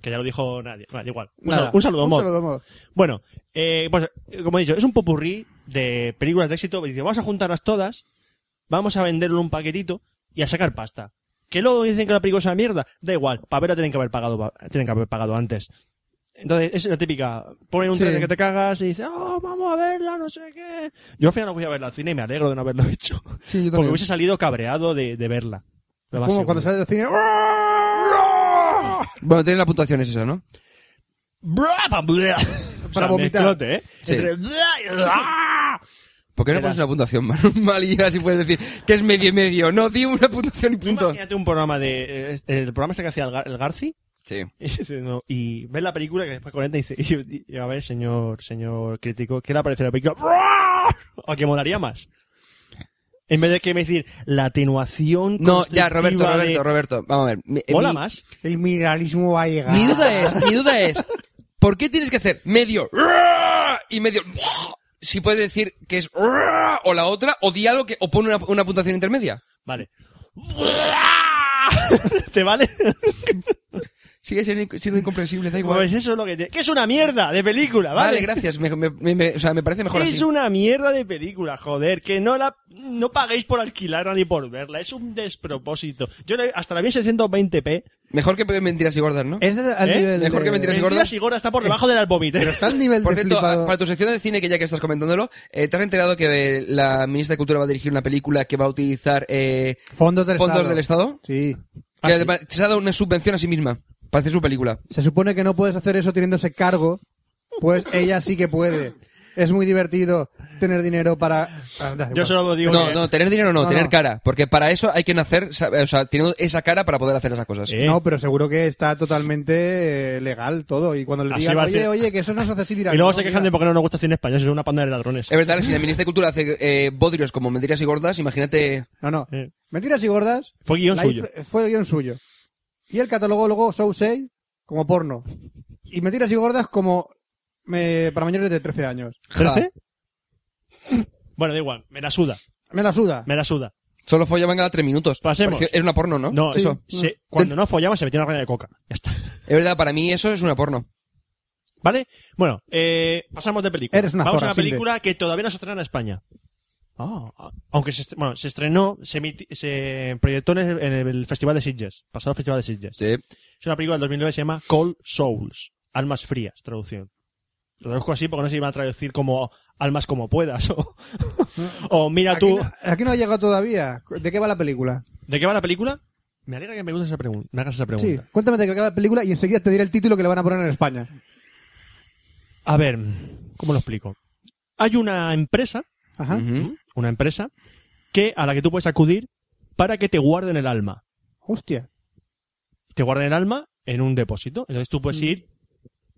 B: Que ya lo dijo nadie. Vale, igual. Un,
E: Nada.
B: saludo, un saludo,
E: Un
B: Mod.
E: saludo, Mod.
B: Bueno, eh, pues, eh, como he dicho, es un popurrí de películas de éxito. Dice, vamos a juntarlas todas, vamos a venderlo en un paquetito y a sacar pasta. Que luego dicen que la película es una mierda. Da igual, para verla tienen que haber pagado, va- tienen que haber pagado antes. Entonces, es la típica. Ponen un
E: Sí.
B: trailer que te cagas y dice, oh, vamos a verla, no sé qué. Yo al final no voy a verla al cine y me alegro de no haberlo [LAUGHS] hecho.
F: Sí, yo
B: Porque
F: también.
B: hubiese salido cabreado de, de verla. Lo más
E: Como cuando
B: seguro.
E: sales del cine.
F: Bueno, tienen las puntuaciones esas, ¿no?
B: Bra, pa, bla. O sea,
E: vomitar.
B: mezclote, ¿eh?
F: Sí.
B: Entre bla y bla.
F: ¿Por qué no
B: Verás.
F: pones una puntuación mal, [LAUGHS] mal y así puedes decir que es medio y medio? No, di una puntuación y
B: Tú
F: punto.
B: Imagínate un programa de. eh, El programa este que hacía el, Gar- el Garci. [LAUGHS]
F: Sí.
B: Y, dice, no, y ves la película que después conecta y dice. [LAUGHS] y- y- y, a ver, [LAUGHS] señor, señor crítico, ¿qué le parece la película? ¿O que molaría más? En vez de que me decir la atenuación.
F: No, ya, Roberto,
B: constrictiva
F: Roberto,
B: de-
F: Roberto. Vamos a ver. Mi-
B: Mola
F: mi-
B: más.
E: El mineralismo va a llegar.
F: Mi duda es, mi duda es, ¿por qué tienes que hacer medio y medio si puedes decir que es o la otra o di algo que o pone una, una puntuación intermedia?
B: Vale. [LAUGHS] ¿Te vale?
F: Sigue siendo, siendo incomprensible, da
B: [LAUGHS]
F: igual.
B: Pues eso es lo que te... Que es una mierda de película,
F: Vale,
B: ¿vale?
F: gracias. Me, me- me- me- o sea, me parece mejor
B: Es
F: así.
B: una mierda de película, joder, que no la no paguéis por alquilarla ni por verla, es un despropósito. Yo la- hasta la vi en 620p,
F: Mejor que mentiras y gordas, ¿no?
E: Ese es al
B: ¿Eh?
E: nivel
F: Mejor
E: de-
F: que mentiras y gordas.
B: Mentiras y Gorda está por debajo del albomite. [LAUGHS]
E: Está al nivel
F: Por
E: de
F: cierto,
E: flipado.
F: a- para tu sección de cine, que ya que estás comentándolo, eh, ¿te has enterado que la ministra de Cultura va a dirigir una película que va a utilizar eh,
E: Fondos del
F: fondos
E: Estado.
F: del Estado?
E: Sí.
B: Ah,
F: que
B: sí.
F: además se ha dado una subvención a sí misma para hacer su película.
E: Se supone que no puedes hacer eso teniéndose cargo. Pues ella sí que puede. Es muy divertido tener dinero para... Ah, da
B: Yo
E: igual.
B: solo digo
F: No,
B: que-
F: no, tener dinero no,
E: No,
F: tener
E: no.
F: cara. Porque para eso hay que nacer, sabe- o sea, teniendo esa cara para poder hacer esas cosas.
B: Eh,
E: No, pero seguro que está totalmente eh, legal todo. Y cuando le
B: Así
E: digan,
B: va a
E: oye,
B: hacer-
E: oye, que eso no se hace así,
B: [LAUGHS]
E: dirán...
B: y luego
E: "No,
B: se quejan de
E: mira".
B: porque no nos gusta cine español, es una panda de ladrones.
F: Es verdad, si la ministra de Cultura hace eh, bodrios como mentiras y gordas, imagínate.
E: No, no.
B: Eh.
E: Mentiras y gordas.
B: Fue guión
E: la
B: suyo.
E: hizo- fue guión suyo. Y él catalogó luego Sousei como porno. Y mentiras y gordas como eh, para mayores de 13 años.
B: ¿Trece? Bueno, da igual, me la suda,
E: Me la suda.
B: me la suda.
F: Solo follaban cada tres minutos.
B: Pasemos.
F: Pareció- Es una porno, ¿no?
B: No,
F: eso.
B: se- cuando no follamos se metía una raya de coca. Ya está.
F: Es verdad, para mí eso es una porno.
B: ¿Vale? Bueno, eh, pasamos de película.
E: Eres una
B: Vamos
E: zorra,
B: a una
E: Silve.
B: película que todavía no se estrena en España. Ah, aunque se, est- bueno, se estrenó, se, emiti- se proyectó en el, en el Festival de Sitges, pasado Festival de Sitges.
F: Sí.
B: Es una película del 2009 que se llama Cold Souls, Almas Frías, traducción. Lo traduzco así porque no se iba a traducir como Almas como puedas [LAUGHS] o, o Mira
E: Aquí
B: tú.
E: no, aquí no ha llegado todavía. ¿De qué va la película?
B: ¿De qué va la película? Me alegra que me, preguntes esa pregun- me hagas esa
E: Sí,
B: pregunta.
E: cuéntame de qué va la película y enseguida te diré el título que le van a poner en España.
B: A ver, ¿cómo lo explico? Hay una empresa Ah,
E: Ajá.
F: Ujú.
B: una empresa que a la que tú puedes acudir para que te guarden el alma.
E: Hostia.
B: Te guarden el alma en un depósito. Entonces tú puedes ir.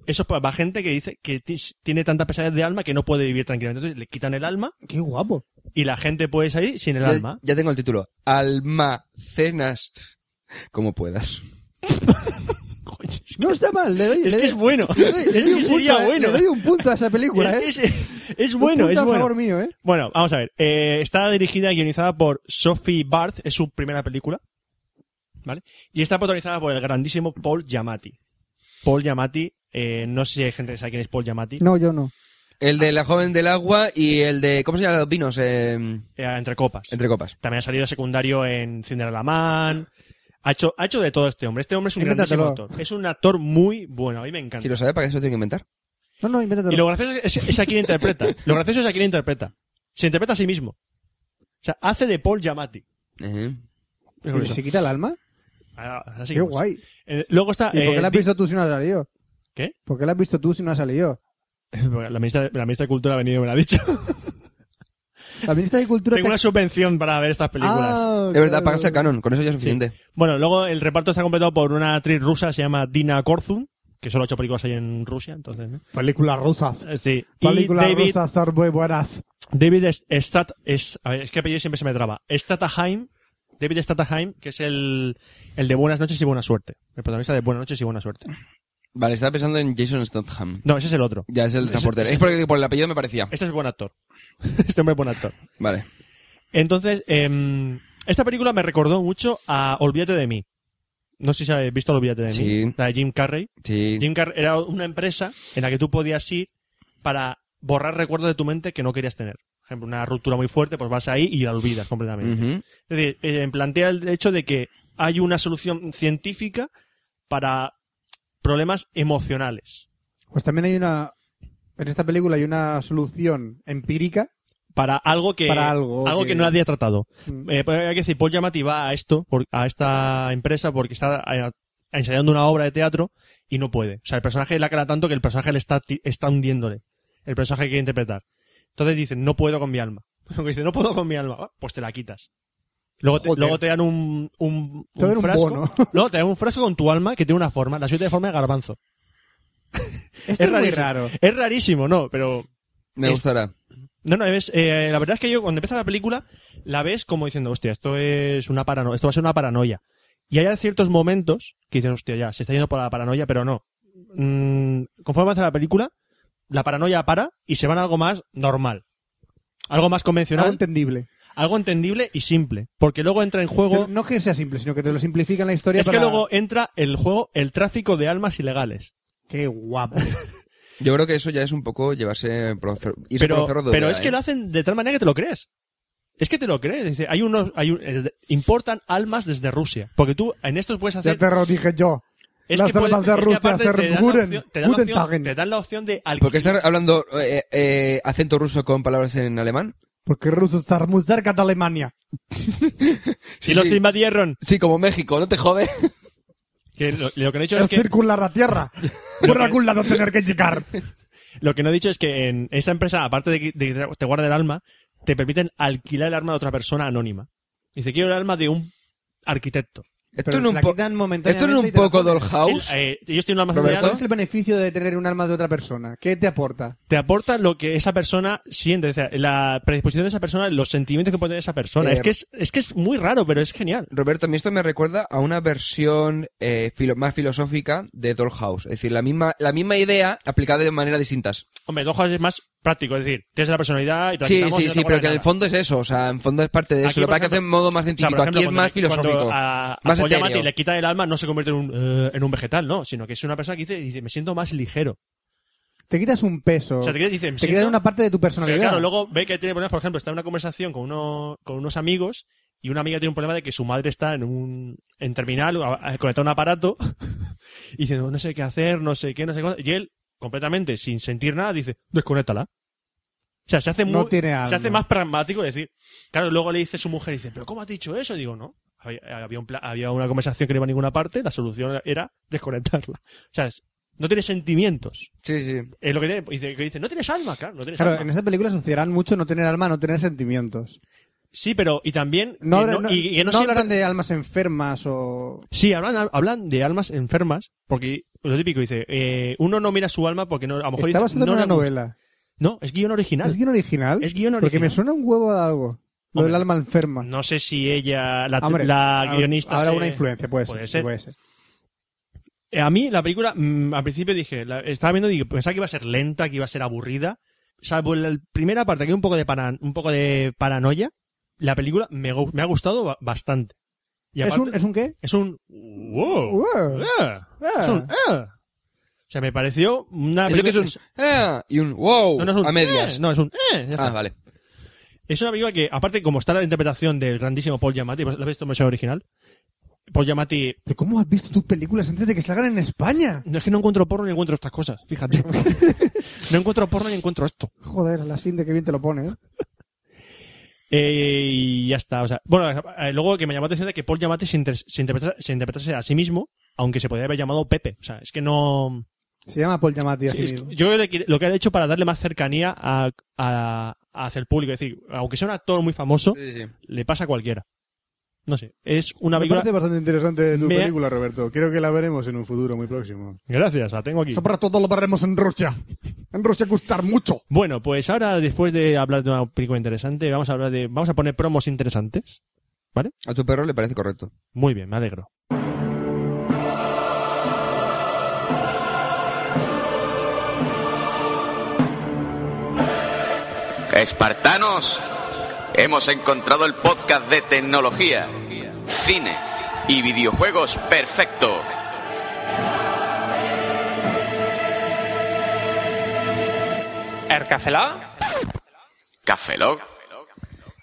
B: Eso es para gente que dice que ti- tiene tanta pesadez de alma que no puede vivir tranquilamente. Entonces le quitan el alma
E: Qué guapo.
B: y la gente puede salir sin el
F: Ya-
B: alma.
F: Ya, tengo el título. Almacenas como puedas.
B: Coño, es
E: No está mal, le doy.
B: que- es
E: le
B: que
E: doy-
B: es bueno.
E: le doy- le [LAUGHS]
B: Es
E: doy
B: que
E: un
B: sería
E: punto, eh.
B: bueno.
E: Le doy un punto a esa película, ¿eh?
B: Es que es, es bueno,
E: un punto
B: es
E: a
B: bueno.
E: favor mío, ¿eh?
B: Bueno, vamos a ver. Eh, está dirigida y guionizada por Sophie Barth, es su primera película. ¿Vale? Y está protagonizada por el grandísimo Paul Giamatti. Paul Giamatti, eh, no sé si hay gente que sabe quién es Paul Giamatti.
E: No, yo no.
F: El de la joven del agua y el de. ¿Cómo se llama? Los vinos. eh,
B: Eh, entre copas.
F: entre copas.
B: También ha salido secundario en Cinderella Man. Ha hecho, ha hecho de todo este hombre. Este hombre es un grandísimo
E: Invéntatelo.
B: actor. Es un actor muy bueno. A mí me encanta.
F: Si lo sabe, ¿para qué se lo tiene que inventar?
E: No, no, invéntatelo.
B: Y lo gracioso es, es a quien interpreta.
E: [LAUGHS]
B: Lo gracioso es a quien interpreta. Se interpreta a sí mismo. O sea, hace de Paul Giamatti.
F: Ujú.
B: Es
E: ¿Y
B: curioso.
E: ¿Se quita el alma?
B: Ahora- ahora
E: Qué
B: seguimos.
E: guay.
B: Eh, luego está.
E: ¿Y por
B: eh,
E: qué la has
B: Di-
E: visto tú si no ha salido?
B: ¿Qué?
E: ¿Por qué la has visto tú si no ha salido?
B: La ministra, la ministra de Cultura ha venido y me lo ha dicho. [LAUGHS]
E: La ministra de Cultura...
B: Tengo
E: te-
B: una subvención para ver estas películas.
E: Ah,
F: Es verdad,
E: claro.
F: pagas el canon, con eso ya es suficiente.
B: Bueno, luego el reparto está completado por una actriz rusa, se llama Dina Korzun, que solo ha hecho películas ahí en Rusia, entonces. ¿no?
E: Películas rusas.
B: Eh, Sí. Y
E: Películas
B: David,
E: rusas son muy buenas.
B: David Stat, es, a ver, es que apellido siempre se me traba. Stataheim, David Stataheim, que es el, el de Buenas noches y Buena Suerte. El protagonista de Buenas noches y Buena Suerte.
F: Vale, estaba pensando en Jason Statham.
B: No, ese es el otro.
F: Ya es el
B: Ese-
F: transportero.
B: ese-
F: Es porque por el apellido me parecía.
B: Este es buen actor. [LAUGHS] Este hombre es buen actor.
F: Vale.
B: Entonces, em, esta película me recordó mucho a Olvídate de mí. No sé si habéis visto Olvídate de
F: Sí.
B: mí, la de Jim Carrey.
F: Sí.
B: Jim Carrey era una empresa en la que tú podías ir para borrar recuerdos de tu mente que no querías tener. Por ejemplo, una ruptura muy fuerte, pues vas ahí y la olvidas completamente.
F: Ujú.
B: Es decir, eh, plantea el hecho de que hay una solución científica para problemas emocionales.
E: Pues también hay una... En esta película hay una solución empírica.
B: Para algo que,
E: Para algo
B: que...
E: que-
B: no había tratado.
E: Mm.
B: Eh, pues hay que decir, Paul Giamatti va a esto, por- a esta empresa, porque está eh, ensayando una obra de teatro y no puede. O sea, el personaje la cara tanto que el personaje le está, ti- está hundiéndole. El personaje que quiere interpretar. Entonces dice, no puedo con mi alma. [LAUGHS] Luego dice, no puedo con mi alma. Ah, Pues te la quitas. Luego te,
E: Joder.
B: luego te dan un, un,
E: Te dan un
B: frasco.
E: bono. [LAUGHS]
B: Luego te dan un frasco con tu alma que tiene una forma, la suerte de forma de garbanzo.
E: Esto es, muy
B: rarísimo.
E: raro.
B: Es rarísimo, no, pero
F: Me
B: Es-
F: gustará.
B: No, no, ves, eh, la verdad es que yo cuando empieza la película la ves como diciendo, hostia, esto es una paranoia, esto va a ser una paranoia. Y hay ciertos momentos que dices, hostia, ya, se está yendo por la paranoia, pero no. Mm, conforme avanza la película, la paranoia para y se van a algo más normal. Algo más convencional,
E: Algo entendible.
B: algo entendible y simple. Porque luego entra en
E: Pero
B: juego
E: no que sea simple, sino que te lo simplifican la historia
B: Es que
E: para-
B: luego entra el juego, el tráfico de almas ilegales.
E: Qué [LAUGHS] guapo.
F: Yo creo que eso ya es un poco llevarse por los cer- irse por
B: Pero,
F: los cerros de
B: pero
F: Úbeda,
B: es que
F: ¿eh?
B: lo hacen de tal manera que te lo crees. Es que te lo crees. Dice, hay unos, hay un- es de- importan almas desde Rusia. Porque tú en estos puedes hacer.
H: Ya te lo dije yo.
B: es
H: las
B: que puedes-
H: armas de
B: es que
H: Rusia,
B: aparte
H: hacer
B: te dan la
H: Guten-
B: opción- te dan la
H: Guten
B: opción-
H: Tagen.
B: Te dan la opción de alquilar.
F: ¿Por qué estás hablando eh, eh, acento ruso con palabras en alemán?
H: Porque rusos están muy cerca de Alemania.
B: Si los
F: sí.
B: invadieron.
F: Sí, como México, no
B: [LAUGHS]
F: te jode.
B: Que lo, lo que no he dicho
H: Es
B: es que,
H: circular la
B: [LAUGHS]
H: tierra. Por algún lado tener que llegar.
B: lo que no he dicho es que en esa empresa, aparte de que de que te guarda el alma, te permiten alquilar el alma de otra persona anónima. Dice, quiero el alma de un arquitecto.
F: Esto
E: Pero
F: no
E: se la
F: un po-
E: quitan momentáneamente
F: esto no es
E: y
F: un
E: te la
F: poco
E: ponen.
F: Dollhouse.
B: Sí, eh, ellos tienen un alma
F: Roberto.
E: ¿Cuál es el beneficio de tener un alma de otra persona? ¿Qué te aporta?
B: te aporta lo que esa persona siente, o sea, la predisposición de esa persona, los sentimientos que puede tener esa persona.
F: Eh,
B: es, que es, es que es muy raro, pero es genial.
F: Roberto, a mí esto me recuerda a una versión eh, filo- más filosófica de Dollhouse. Es decir, la misma, la misma idea aplicada de maneras distintas.
B: Hombre, dos es más práctico, es decir, tienes la personalidad y te la
F: Sí,
B: quitamos y
F: sí,
B: no
F: sí,
B: te
F: pero
B: mola
F: que en el
B: nada.
F: fondo es eso. O sea, en fondo es parte de
B: Aquí,
F: eso. Lo
B: por
F: que pasa es que hace en
B: ejemplo-
F: modo más
B: o sea, por
F: científico.
B: ejemplo,
F: Aquí es
B: cuando
F: más
B: le-
F: filosófico.
B: Cuando a, a
F: más
B: Paul Giamatti
F: etéreo.
B: le quita el alma, no se convierte en un, eh, en un vegetal, no, sino que es una persona que dice, dice, me siento más ligero.
E: Te quitas un peso.
B: O sea, te quedas- dice, me
E: Te
B: siento-
E: quitas una parte de tu
B: Pero
E: personalidad.
B: claro, luego ve que tiene problemas, por ejemplo, está en una conversación con, uno, con unos amigos y una amiga tiene un problema de que su madre está en un en terminal a- a- conectada a un aparato [LAUGHS] y diciendo no sé qué hacer, no sé qué, no sé qué. Y él, completamente sin sentir nada, dice, desconéctala. O sea, se hace,
H: No
B: muy-
H: tiene
B: se
H: alma.
B: hace más pragmático es decir, claro, luego le dice su mujer, dice, pero ¿cómo has dicho eso? Y digo, no. Había, había un pla- había una conversación que no iba a ninguna parte, la solución era desconectarla. O sea, es- no tiene sentimientos.
F: Sí, sí.
B: Es lo que tiene, dice, que dice, no tienes alma, claro, no tienes
E: Claro,
B: alma.
E: en esta película asociarán mucho no tener alma, no tener sentimientos.
B: Sí, pero y también
E: No,
B: que
E: hablan-
B: no-
E: no-
B: y- y que no
E: no
B: siempre-
E: hablarán de almas enfermas o...
B: Sí, hablan, hablan de almas enfermas, porque lo típico dice, eh, uno no mira su alma porque no, a lo mejor
E: Está
B: dice,
E: basado
B: no
E: en
B: le
E: una
B: gusta.
E: novela.
B: No, es guión original.
E: ¿Es guión original?
B: Es guión
E: Porque
B: original.
E: me suena un huevo de algo. Lo del
B: Hombre.
E: alma enferma.
B: No sé si ella, la,
E: Ah, Hombre,
B: la
E: ha-
B: guionista...
E: Habrá
B: se-
E: una influencia, puede ser.
B: puede
E: sí,
B: ser.
E: puede ser.
B: Eh, A mí la película, mm, al principio dije, la- estaba viendo y digo, pensaba que iba a ser lenta, que iba a ser aburrida. Salvo la primera parte, que hay un poco de, para- un poco de paranoia, la película me, gu- me ha gustado ba- bastante. Y
E: ¿Es,
B: aparte-
E: un, ¿Es un qué?
B: Es un... ¡Wow!
E: Wow.
B: Ah.
E: Ah.
B: Es un... ah. O sea, me pareció una...
F: Eso que es
B: película-
F: un "Ah", y un wow
B: No, no es un...
F: a medias.
B: eh, no, es un... eh, ya
F: ah,
B: está.
F: vale.
B: Es una película que, aparte, como está la interpretación del grandísimo Paul Giamatti, ¿lo habéis visto en versión original? Paul Giamatti...
E: ¿Pero cómo has visto tus películas antes de que salgan en España?
B: No es que no encuentro porno ni encuentro estas cosas, fíjate. no encuentro porno ni encuentro esto.
E: Joder, a la fin de que bien te lo pone, ¿eh?
B: Eh, y ya está. O sea, bueno, eh, luego que me llamó la atención de que Paul Giamatti se, inter- se interpreta- se interpretase a sí mismo, aunque se podría haber llamado Pepe. O sea, es que no...
E: Se llama Paul Giamatti así
B: Sí, es-
E: mismo.
B: yo creo que lo que han hecho para darle más cercanía a, a- hacia el público, es decir, aunque sea un actor muy famoso,
F: Sí, sí.
B: le pasa a cualquiera. No sé, es una
H: Me
B: película...
H: parece bastante interesante tu
B: Me-
H: película, Roberto. Creo que la veremos en un futuro muy próximo.
B: Gracias, la tengo aquí.
H: Sobre todo lo veremos en Rusia. En Rusia gustar mucho.
B: Bueno, pues ahora después de hablar de una película interesante, vamos a hablar de vamos a poner promos interesantes.
F: A tu perro le parece correcto.
B: Muy bien, me alegro.
I: Espartanos, hemos encontrado el podcast de tecnología, cine y videojuegos perfecto. ¿Cafelog?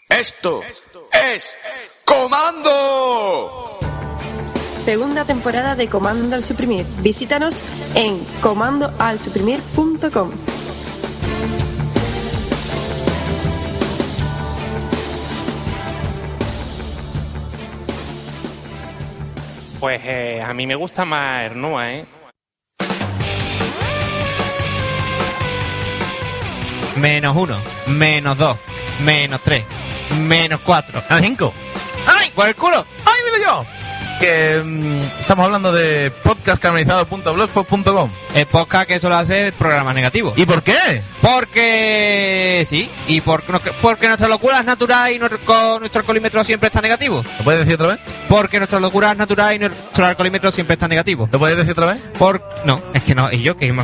I: Esto es Comando.
J: Segunda temporada de Comando al Suprimir. Visítanos en comandoalsuprimir.com.
K: Pues eh, a mí me gusta más Ernua, ¿eh?
G: Menos uno, menos dos,
L: Ah,
G: menos tres, menos cuatro, menos cinco. ¡Ay! ¡Por el culo! ¡Ay, mira yo!
L: que mm, estamos hablando de podcastcaramelizado.blogspot.com.
G: El podcast que solo hace programas negativos.
L: ¿Y por qué?
G: Porque sí, y porque, no- porque nuestra locura es natural y nuestro, nuestro alcoholímetro siempre está negativo.
L: ¿Lo puedes decir otra vez?
G: Porque nuestra locura es natural y nuestro alcoholímetro siempre está negativo.
L: ¿Lo puedes decir otra vez?
G: Por, no, es que no, y yo que,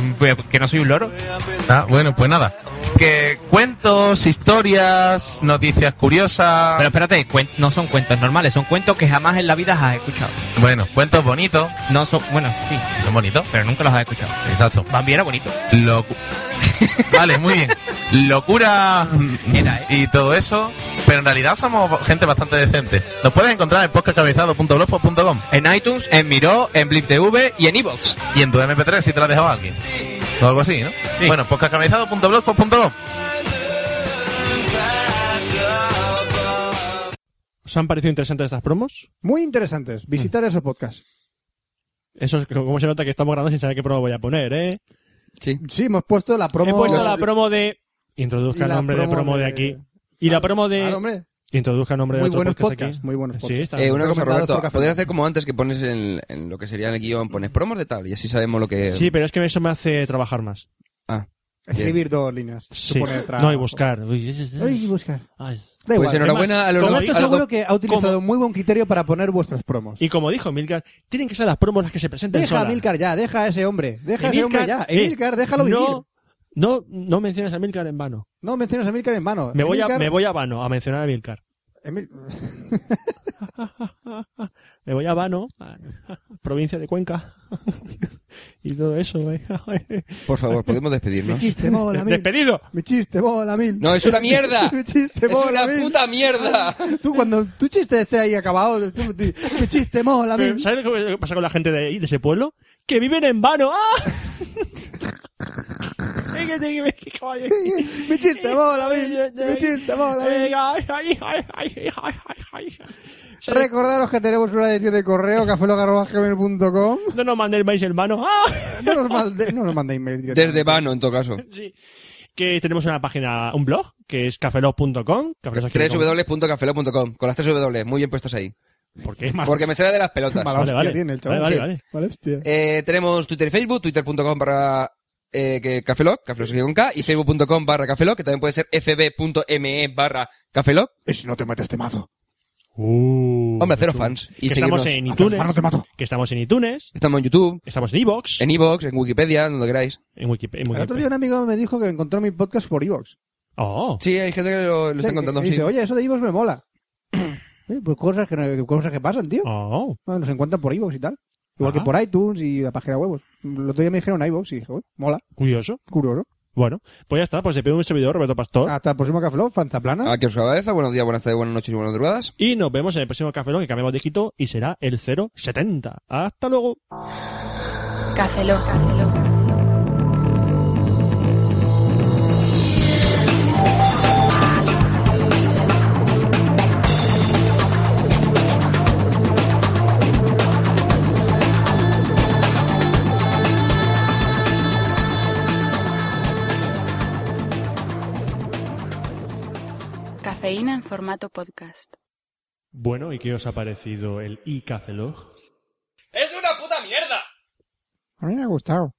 G: que no soy un loro.
L: Ah, bueno, pues nada. Que cuentos, historias, noticias curiosas.
G: Pero espérate, cuen- no son cuentos normales, son cuentos que jamás en la vida has escuchado.
L: Bueno, cuentos bonitos.
G: No son, bueno, sí.
L: Sí, son bonitos.
G: Pero nunca los has escuchado.
L: Exacto.
G: Bambi era bonito.
L: Locu- [LAUGHS] vale, muy bien. Locura mm,
G: ¿eh?
L: y todo eso. Pero en realidad somos gente bastante decente. Nos puedes encontrar en podcastcaramelizado.blogspot.com.
G: En iTunes, en Miró, en Blip TV y en Evox.
L: Y en tu MP3 si te la dejaba alguien. O algo así, ¿no? Bueno, podcastcaramelizado.blogspot.com.
B: ¿Os han parecido interesantes estas promos?
E: Muy interesantes. Visitar esos podcasts.
B: Eso es como se nota que estamos grabando sin saber qué promo voy a poner, ¿eh?
F: Sí.
E: Sí, hemos puesto la promo.
B: He puesto la promo de... Introduzca
E: Y la
B: nombre de
E: promo
B: promo de,
E: de-
B: aquí. Y la promo de...
E: Claro, hombre.
B: Introduzca nombre
E: Muy
B: de otro
E: buenos
B: podcast
E: podcasts,
B: aquí.
E: muy buenos podcasts.
B: Sí, está
F: Eh,
B: bien.
F: una cosa,
E: Recomendados
F: Roberto.
E: por Café.
F: Podrías hacer como antes, que pones en, en lo que sería el guión, pones promos de tal, y así sabemos lo que.
B: Sí, pero es que eso me hace trabajar más.
F: Ah.
E: Escribir dos líneas.
B: Sí.
E: Supone trabajo.
B: No, y buscar. Uy, es- es- es-
E: Ay, buscar.
B: Ay.
E: Da
F: Pues
E: igual.
F: enhorabuena
E: Además,
F: a los-
E: Roberto
F: a los
E: seguro
F: dos-
E: que ha utilizado muy buen criterio para poner vuestras promos.
B: Y como dijo Milcar, tienen que ser las promos las que se presenten
E: Deja a
B: solas.
E: Milcar ya, deja a ese hombre. Deja a ese
B: Emilcar,
E: hombre ya.
B: eh,
E: Emilcar, déjalo vivir.
B: No, no, no menciones a Milcar en vano.
E: No menciones a Emilcar en mano.
B: Me voy, a,
E: Emilcar-
B: me voy a vano a mencionar a Milcar.
E: Emil- [LAUGHS]
B: Me voy a vano, a- [LAUGHS] provincia de Cuenca. [LAUGHS] y todo eso. eh. [LAUGHS]
F: Por favor, podemos despedirnos.
E: Chiste mola mil.
B: Despedido.
E: Mi chiste mola mil.
F: No, es una
B: [LAUGHS]
F: mierda.
E: [LAUGHS] Mi chiste
F: Es
E: mola
F: una
B: ¿eh?
E: mil.
F: puta mierda.
E: Tú cuando tu chiste esté ahí acabado, tú- tú- mi chiste mola
B: Pero,
E: mil.
B: ¿Sabes lo que pasa con la gente de, ahí, de ese pueblo? Que viven en vano. ¡Ah! Venga, sí, venga, caballo.
E: Mi chiste mola
B: [LAUGHS]
E: mil. Mi chiste mola mil.
B: Venga, ay, ay, ay, ay, ay, ay, ay.
E: Recordaros que tenemos una edición de correo cafelogarroba.com.
B: No nos mandéis mails en vano. ¡Ah!
E: No nos mandéis no nos mandéis mail directo.
F: Desde vano, en todo caso.
B: Sí. Que tenemos una página, un blog, que es cafelog.com. Cafelog escribe con-
F: www.cafelo.com con las tres W, muy bien puestos ahí.
B: ¿Por qué? Mal-
F: Porque me sale de las pelotas.
B: Ah.
E: Mala
B: Vale,
E: hostia
B: vale.
E: tiene el chaval.
B: Vale,
E: Sí.
B: vale,
E: Vale, hostia.
F: Eh, tenemos Twitter y Facebook, twitter.com barra eh, que- cafelog, cafelog se escribe con K, y facebook.com barra cafelog, que también puede ser fb.me e barra cafelog.
H: Y si no te metes, te mato.
B: Uh,
F: Hombre, cero
B: chulo.
F: fans.
B: Que
F: Y
B: estamos
F: seguimos.
B: en
H: Hacer fan, no
B: iTunes.
H: te mato.
B: Que estamos en iTunes.
F: Estamos en YouTube,
B: Estamos en Evox.
F: en Evox, en Wikipedia, donde queráis.
B: En Wikipedia.
E: El otro día un amigo me dijo que encontró mi podcast por Evox.
B: Oh.
F: Sí, hay gente que lo, lo está contando.
E: Dice,
F: sí.
E: oye, eso de Evox me mola. [CLEARS THROAT] Oye, pues cosas que, no- cosas que pasan, tío.
B: Oh.
E: Bueno, nos encuentran por iVoox y tal. Igual
B: Ajá.
E: que por iTunes y la página web. El otro día me dijeron iVoox y dije, uy, mola,
B: Curioso.
E: curioso.
B: Bueno, pues ya está. Pues se pide un servidor, Roberto Pastor.
E: Hasta el próximo Café Lock, Franza Plana.
F: Aquí os cabeza, buenos días, buenas tardes, buenas noches y buenas madrugadas.
B: Y nos vemos en el próximo Café Lock, que cambiamos de dígito y será el 070. Hasta luego.
D: Café Lock. Café Lock. Cafeína en formato podcast.
B: Bueno, ¿y qué os ha parecido el iCafelog?
F: ¡Es una puta mierda!
E: A mí me ha gustado.